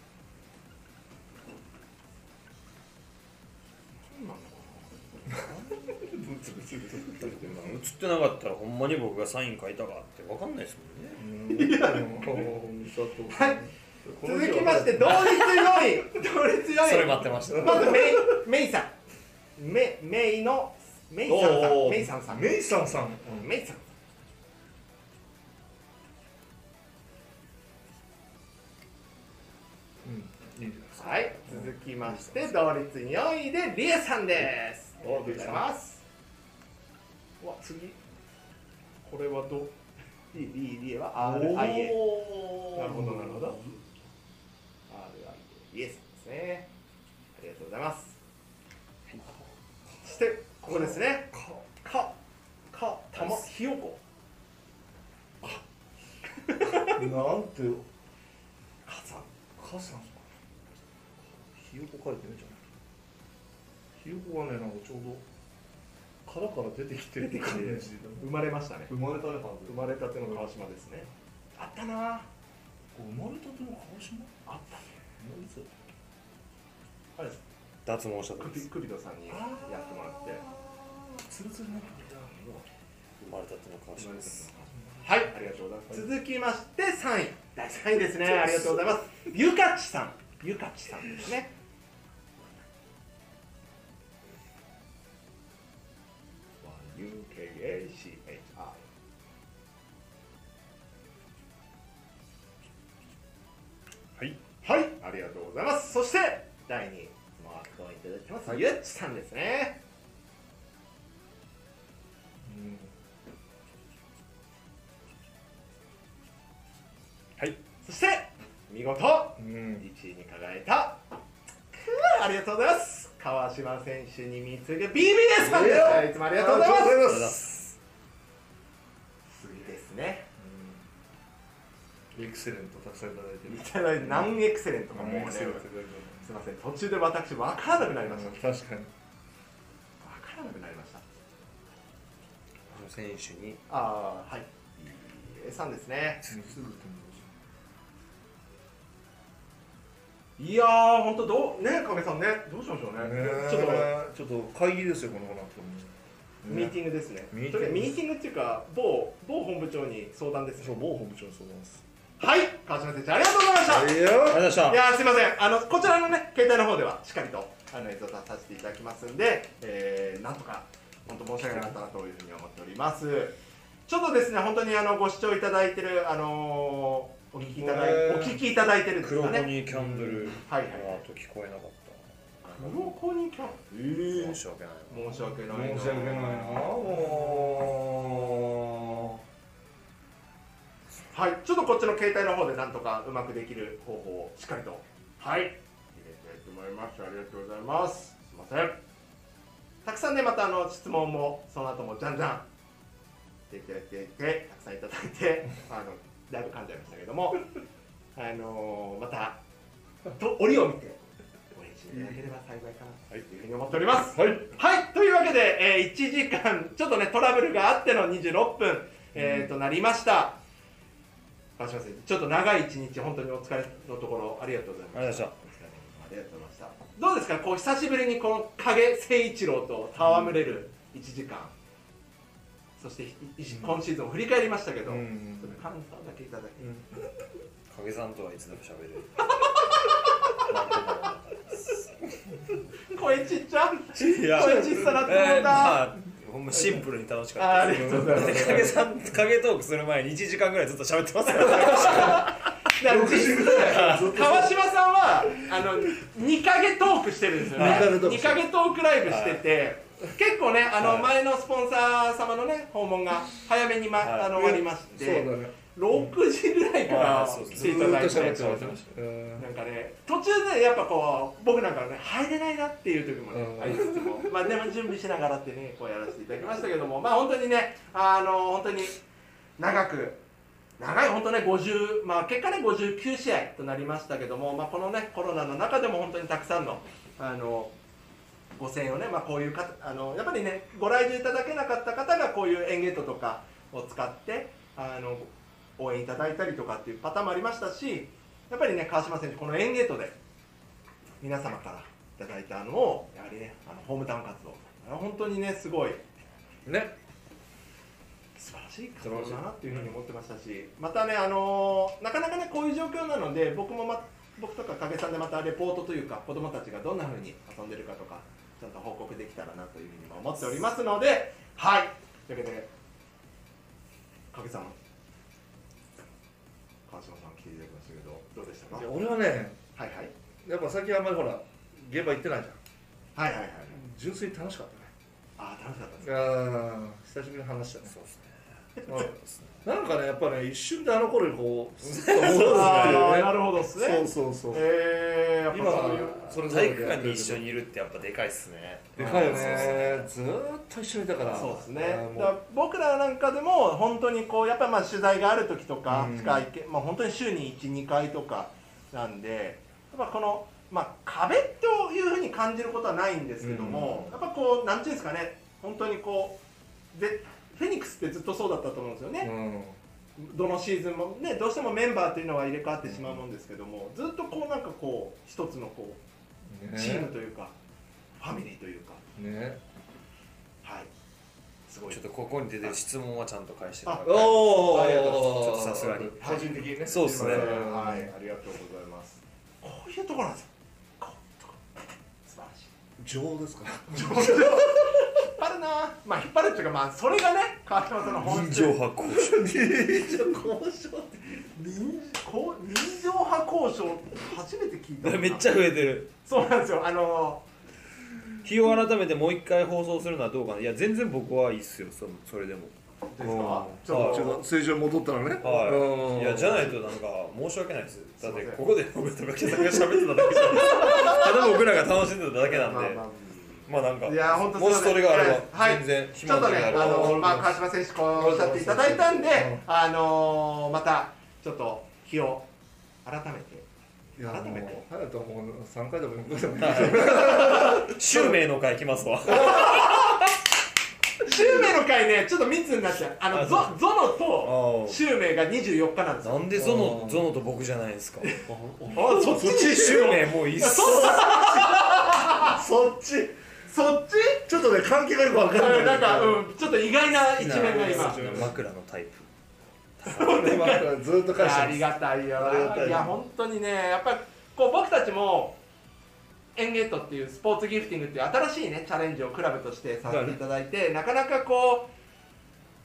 映ってなかったらほんまに僕がサイン書いたかって分かんないですもんね当うん佐藤さんはい続きまして同率4位同率4位それ待ってましたまずメイメイさんメメイのメイさんさんメイさんさんメイさんさんメイさんうんいいじゃないですかはい続きまして同率4位でリエさんですありおがとうございますうわ次これはどリリリエは RIA おーなるほどなるほど RIA リエさんですねありがとうございますそしてここですねかかたまひよこなんてよかさん母さんひよこ書いてるじゃんひよこがねなんかちょうど殻から出てきてる出てきて感じ生まれましたね生まれたね感生まれたての川島ですねあったな生まれたての鹿児島あったね何それ脱毛したク時でリすクリドさんにやってもらってツルツルな生まれたての川島ですはいありがとうございます続きまして3位第3位ですねありがとうございますゆかちさんゆかちさんですねわ UKACHI はいはい、ありがとうございます。そして、第2位、マークをいただいてます、ゆっちさんですね。はいそして、見事、うん1位に輝いた、くわありがとうございます。川島選手に貢ぐ BB ですさんです。いやいつもありがとうございます。。ありがとうございます次ですね。エクセレントたくさんいただいてるいただいて、ナンエクセレントかもうねエクセレントいただいてすいません、途中で私、わからなくなりました。わる確かにからなくなりました。選手にああ、はい。BA さんですね。すぐ飛んでほしいいやー、ほんとどう、ね、亀さんね、どうしましょうね。ちちょっょっと、とちょっと会議ですよこの子なんて思うミーティンィングですね。ミーティとングりあえずミーティングっていうか、某、某本部長に相談ですそうね。某本部長に相談ですはい、川島選手、ありがとうございました。いやありがとうございましたいやーすいませんあのこちらのね携帯の方ではしっかりとあの映像出させていただきますんで、えー、なんとか本当申し訳なかったなというふうに思っておりますちょっとですね本当にあのご視聴いただいてるあのーお聞きいただいえーお聞きいただいてるんです黒か子ねにキャンドルはいはいあの後聞こえなかっ黒子にキャンたえ申し訳ない申し訳ないな申し訳ないなもはいちょっとこっちの携帯の方でなんとかうまくできる方法をしっかりとはい入れたいと思いますありがとうございますすいませんたくさんねまたあの質問もその後もじゃんじゃんしていただいていてたくさんいただいて あのだいぶ噛んじゃいましたけども あのーまたと折を見て応援していただければ幸いかなというふうに思っておりますうはいはい、というわけで、えー1時間、ちょっとね、トラブルがあっての26分、えーとなりました。川島先生、ちょっと長い一日、本当にお疲れのところ、ありがとうございました。あお疲れ様ありがとうございました。どうですか、こう久しぶりにこの影誠一郎と戯れる1時間、そしていい今シーズンを振り返りましたけど、うんちょっと感想だけいただき、影さんとはいつでも喋れる声ちっち ゃ、いや声ちっさなってもえうーまた。あほんまシンプルに楽しあかあったりですがとうございます。影さん影トークする前に1時間ぐらいずっと喋ってますかだらから実は川島さんはあの2かげトークしてるんですよね二影トーク2かげトークライブしてて結構ねあの前のスポンサー様のね訪問が早めに、まあの終わりましそうてだね6時ぐらいからはいそうで来ずすていーただいっとて喋ってなましたねんかね途中でやっぱこう僕なんかはね入れないなっていう時もねうんありつつもまあでも準備しながらってねこうやらせていただきましたけどもまあ本当にねあの本当に長く長い本当ね50まあ結果ね59試合となりましたけどもまあこのねコロナの中でも本当にたくさんのあのご声援をねまあこういうかあのやっぱりねご来場いただけなかった方がこういうエンゲートとかを使ってあの応援いただいたりとかっていうパターンもありましたしやっぱりね川島選手このエンゲートで皆様からいただいたのをやはりねあのホームタウン活動あれは本当にねすごいうんね素晴らしい活動だなっていうふうに思ってましたしまたねあのーなかなかねこういう状況なので僕も、ま、僕とか影さんでまたレポートというか子どもたちがどんなふうに遊んでるかとかちゃんと報告できたらなというふうにも思っておりますのではいというわけで影さん川島さん来ていただきましたけどどうでしたかいや俺はねはいはいやっぱ最近あんまりほら現場行ってないじゃんはいはいはい純粋に楽しかったねああ楽しかったですああ久しぶりに話したねそうですねうんなんかねやっぱね一瞬であの頃にこうスッと戻るんあだーよなねるほどっすねそうそうそうえー、やっ今ぱそういうそれぞれで体育館に一緒にいるってやっぱでかいっすねでかいよねずーっと一緒にいたからそうですあねー。もだから僕らなんかでも本当にこうやっぱりまあ取材がある時とかうんしか行け、まあ本当に週に1、2回とかなんで、やっぱこのまあ壁というふうに感じることはないんですけども、やっぱこうなんていうんですかね、本当にこうでフェニックスってずっとそうだったと思うんですよね。うんどのシーズンもねどうしてもメンバーというのは入れ替わってしまうもんですけども、ずっとこうなんかこう一つのこうチームというか、ファミリーというか、ねねはい、すごいちょっとここに出てる質問はちゃんと返してもらっておありがとうございますちょーっとさすがに個人的にねそうですねはい、はいありがとうございます。こういうところなんですよ。こういうとこ素晴らしい。情ですか引っ張るなぁ。まあ引っ張るっていうか、まあそれがね、川島さんの本質。人情発行臨場交渉人こう人情派交渉初めて聞いた。めっちゃ。増えてるそうなんですよ。あの日を改めてもう一回放送するのはどうかないや全然僕はいいっすよそそれでもー、ですか。ちょっとちょっと正常に戻ったらねはいいやじゃあないとなんか申し訳ないですだっすいまてせんここで僕とか さんが喋ってただけじゃないですかただ僕らが楽しんでただけなんまあでまあまあなんかいや本当もしそれがあればはい全然ちょっとね、あがあればのまあ川島選手こうおっしゃっていただいたんで、あのまたちょっと日を改めて。いや改もめうて早ともう三回でも四回でも襲名の会来ますわシュウメイの回ね、ちょっと密になっちゃう。あの、あゾゾノあとーシュウメイが24日なんですよ。なんでゾノゾノと僕じゃないんですかあ、そっちにシ襲名もういいっすそっちそっちちょっとね関係がよくわかんないなんか、うん、ちょっと意外な一面が今。枕のタイプ今からずっとい返しやてありがたいよありがたな。いよいや、本当にね、やっぱり、こう、僕たちも、エンゲートっていうスポーツギフティングっていう新しいね、チャレンジをクラブとしてさせていただいて、なかなかこ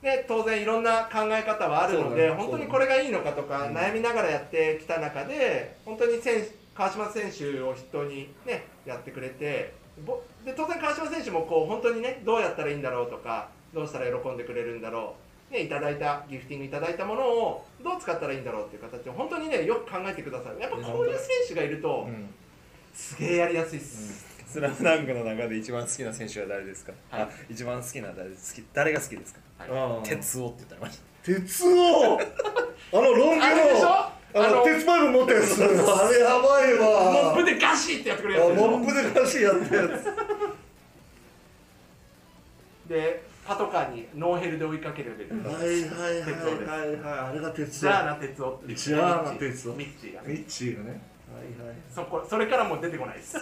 う、ね、当然いろんな考え方はあるのそうだで、ね本当にこれがいいのかとか、悩みながらやってきた中で、本当に選手川島選手を筆頭に、ね、やってくれて、ぼで当然川島選手もこう本当にね、どうやったらいいんだろうとか、どうしたら喜んでくれるんだろう、ね、いただいた、ギフティングいただいたものをどう使ったらいいんだろうっていう形を本当にね、よく考えてくださる。やっぱこういう選手がいると、うんすげえやりやすいっす。スラムダンクの中で一番好きな選手は誰ですか、はいあ一番好きな誰好き誰が好きですかあー鉄夫って言ってました鉄をあのロン毛のあれでしょあのあの鉄パイプ持ったやつあれやばいモわップでガシってやってくれるあやつでしょモップでガシやったやつでパトカーにノーヘルで追いかけるで、はいはいはいはいはいあれが鉄ジャーナ鉄夫っていうジャーナ鉄夫ミッチーがミッチーがねはいはいそこそれからもう出てこないです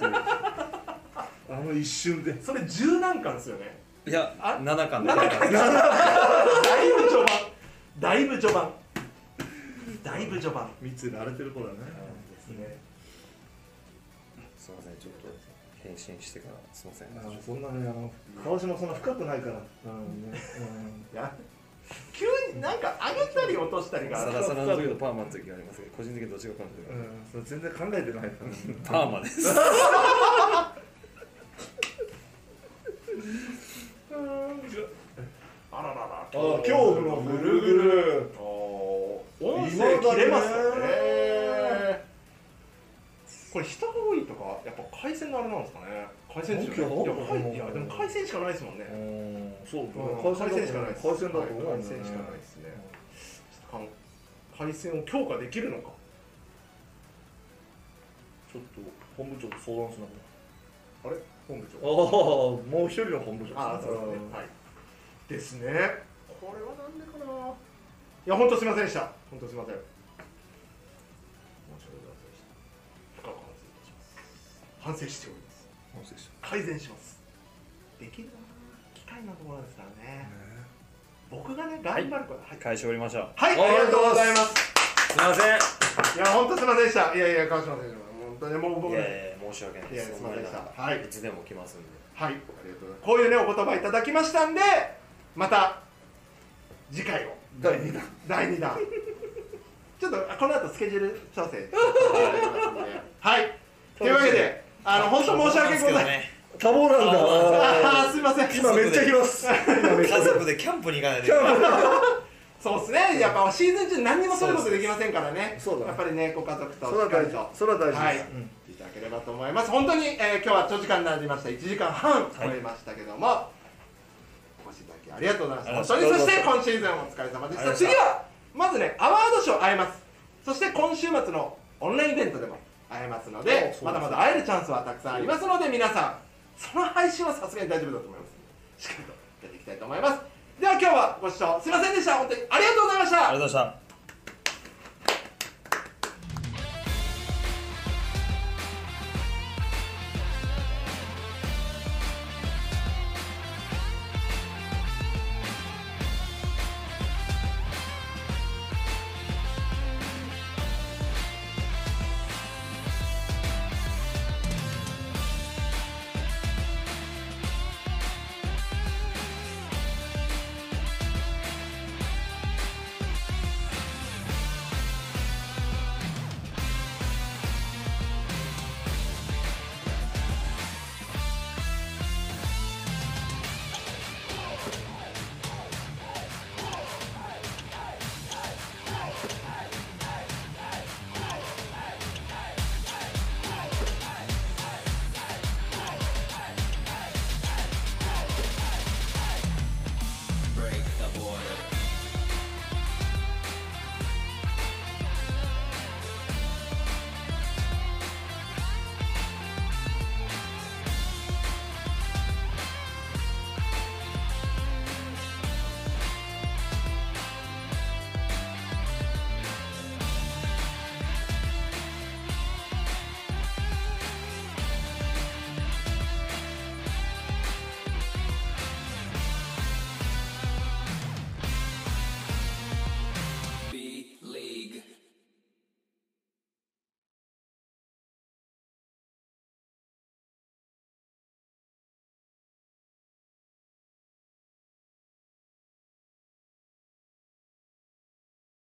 あの一瞬でそれ十何巻ですよねいやあ7巻七巻七巻だいぶ序盤だいぶ序盤だいぶ序盤ミッチーで荒れてる頃だねですねすいませんちょっと返信してからすいませんあそんなねあの川島そんな深くないからうんねうんいや急になんか上げたり落としたりがサラサラの時とパーマの時がありますけど個人的にどっちが感じうるん、それ全然考えてないからかパーマですあらららあ恐怖のぐるぐるおー音声切れますよねこれ人が多いとかやっぱ回線のあれなんですかね回線ですよねい本や気なの回いやでも回線しかないですもんねうんそううん回線しかないです回線だと思うはいん回だよ線ねしかないですねちょっとかん回線を強化できるのかちょっと本部長と相談しながらあれ本部長ああもう一人の本部長ああそうですねはいですねこれはなんでかないや本当すいませんでした本当すいません申し訳ございませんでした深く反省いたします反省しております反省し改善しますできるかな機械のところですからね僕がね頑張るからはい、返し終わりましたはいありがとうございますすいませいんや本当すいませんでしたいやいや川島選手本当にもう僕いねやいや申し訳いないでやすすいませんでしたそんはないいつでも来ますんではい、ありがとうございます。こういうね、お言葉いただきましたんで、また次回を第2弾第2弾。ちょっとこの後スケジュール調整。 はい。というわけで、あの本当申し訳ございません。多忙なんだあ あー、すいません。今めっちゃ来ます今めっちゃ家族でキャンプに行かないといけないそうですね。やっぱシーズン中何にもそういうことできませんからね。そうだやっぱりね、ご家族とそれはしっか大り事と。それは大事はいです、うん、いただければと思います。本当に、えー今日は長時間になりました。1時間半超えましたけども、お越しいただきありがとうございます。本当にそして今シーズンお疲れ様でした。次はまずねアワードショー会えます。そして今週末のオンラインイベントでも会えますのそうで、ですまだまだ会えるチャンスはたくさんありますので皆さんその配信はさすがに大丈夫だと思います。しっかりとやっていきたいと思います。では今日はご視聴すいませんでした。本当にありがとうございました。ありがとうございました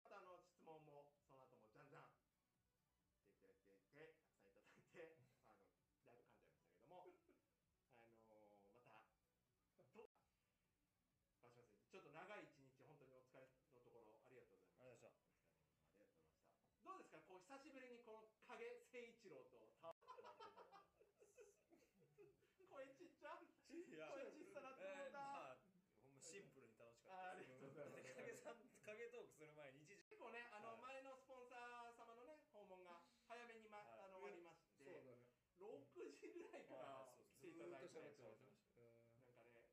あの質問もその後もじゃんじゃんできてきてきてたくさんいただいて あのだいぶ噛んじゃいましたけどもあのまたどうあすいませんちょっと長い一日本当にお疲れのところありがとうございましたありがとうございましたどうですかこう久しぶりにこの影誠一郎と顔声ちっちゃ声ちっさなって思った、ほんまシンプルに楽しありがとうございます影さん影トークする前に一時結構ね、あの前のスポンサー様のね、訪問が早めに、まあの終わりまして、6時ぐらいから来ていただいて、なんかね、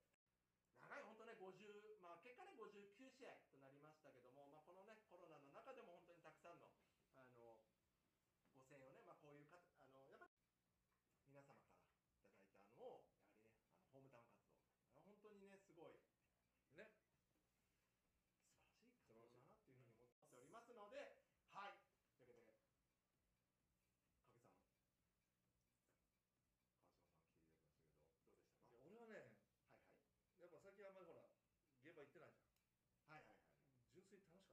長い、本当ね、50、まあ、結果ね、59試合となりましたけども、まあ、このね、コロナの中でも本当にたくさんの、あの、ご声援をね、まあ、こういうか、あの、やっぱり、皆様からいただいたのを、やはりね、あのホームタウン活動、あの本当にね、すごい、ね、素晴らしい活動だなっていうふうに思っておりますので、はい、というわけで、影さん、川島さん聞いてましたけど、どうでしたかはいはい。俺はねやっぱ最近あんまりほら現場行ってないじゃんはいはいはい。やっぱ今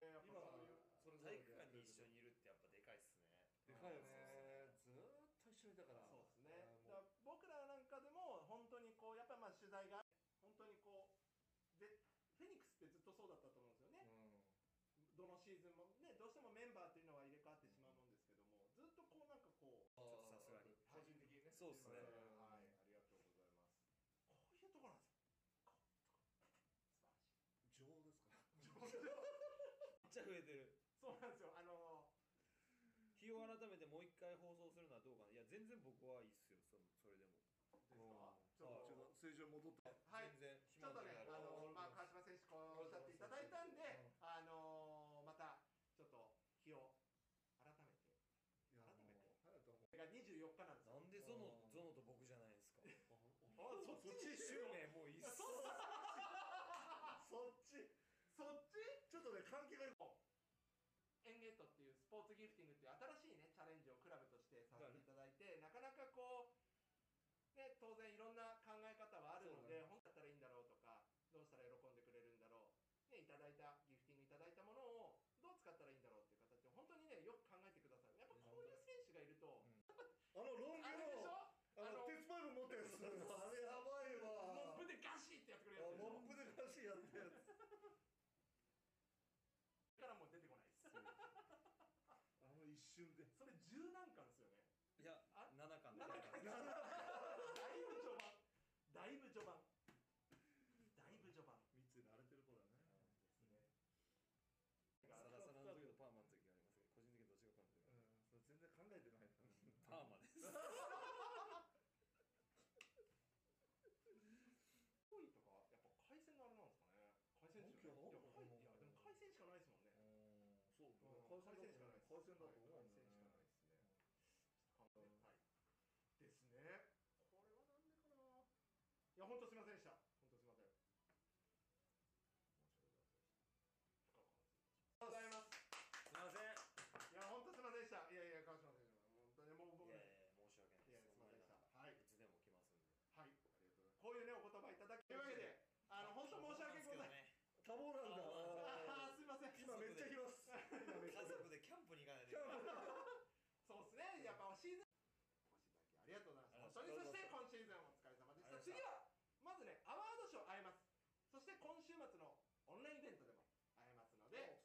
そういうそれぞ体れ育で館に一緒にいるってやっぱでかいっすねでかいよねずーっと一緒にいたからそうですあねー。もうだから僕らなんかでも本当にこうやっぱりまあ取材が本当にこうでフェニックスってずっとそうだったと思うんですよね。どのシーズンもねどうしてもメンバーっていうのは入れ替わってしまうもんですけども、ずっとこうなんかこうちょっとさすがに個人的にねそうっすねはいありがとうございますこういうところなんですよ。こうこう素晴らしい。情ですかめっちゃ増えてる そうなんですよ。あの日を改めてもう一回放送するのはどうかないや全然僕はいいっすよそのそれでもですか。ちょっとちょっと正常に戻ったはい。全然ちょっとね、あのまあ、川島選手、こうおっしゃっていただいたんで、あのまたちょっと日を改めて、いやもう改めて早と思これが24日なんですよ。なんでゾノ ゾノと僕じゃないんですあかそっちにし執念もういいっすそっちそっちちょっとね関係がエンゲートっていうスポーツギフティングっていう新しいねチャレンジをクラブとしてさせていただいて、なかなかこうね当然いろんな考え方はあるのそうだで、ね本当だったらいいんだろうとかどうしたら喜んでくれるんだろうねいただいたギフティングいただいたものをどう使ったらいいんだろうっていう形を本当にねよく考えてくださるやっぱこういう選手がいると、あのロン毛のあれでしょあのあの鉄パイプ持ってるやつあれやばいモわップでガシってやってくれるやつあでしょモップでらしいやってるやつからもう出てこないですあの一瞬でそれ十何巻ですよねいやあ7巻7巻だいぶ序盤だいぶ序盤だいぶ序盤三井慣れてる子だねですねサラサラの時とパーマの時がありますけど個人的にどっちが好みですうかんそれ全然考えてないなパーマです多いとかやっぱ海鮮のあれなんですかね海鮮ですよねいや海いやでも海鮮しかないですもんねうんそううん海鮮しかないです海鮮だと思うんだよね海鮮しかないですねちょっと考えはいですねこれはなんでかないや本当すみませんでした本当すみません申し訳ございませんでした深く反省いたしますありがとうございますすいませんいや、本当すみませんでした。いやいや、川島選手、本当にもう僕ね、いやはい、いや申し訳ないですいやすいませんでしたはいそないつでも来ますありがとうございます。こういうね、お言葉いんでただきというわけで、あの、本当申し訳ございません。多忙なんだあ ーすみません。今めっちゃ来ます今めっちゃ家族でキャンプに行かないといけないそうですね、やっぱシーズン。お越しいただきありがとうございます。本当に、そして、今シーズンお疲れ様でした。次は、まずね、アワード賞会えます。そして、今週末のオンラインイベントでも会えますので、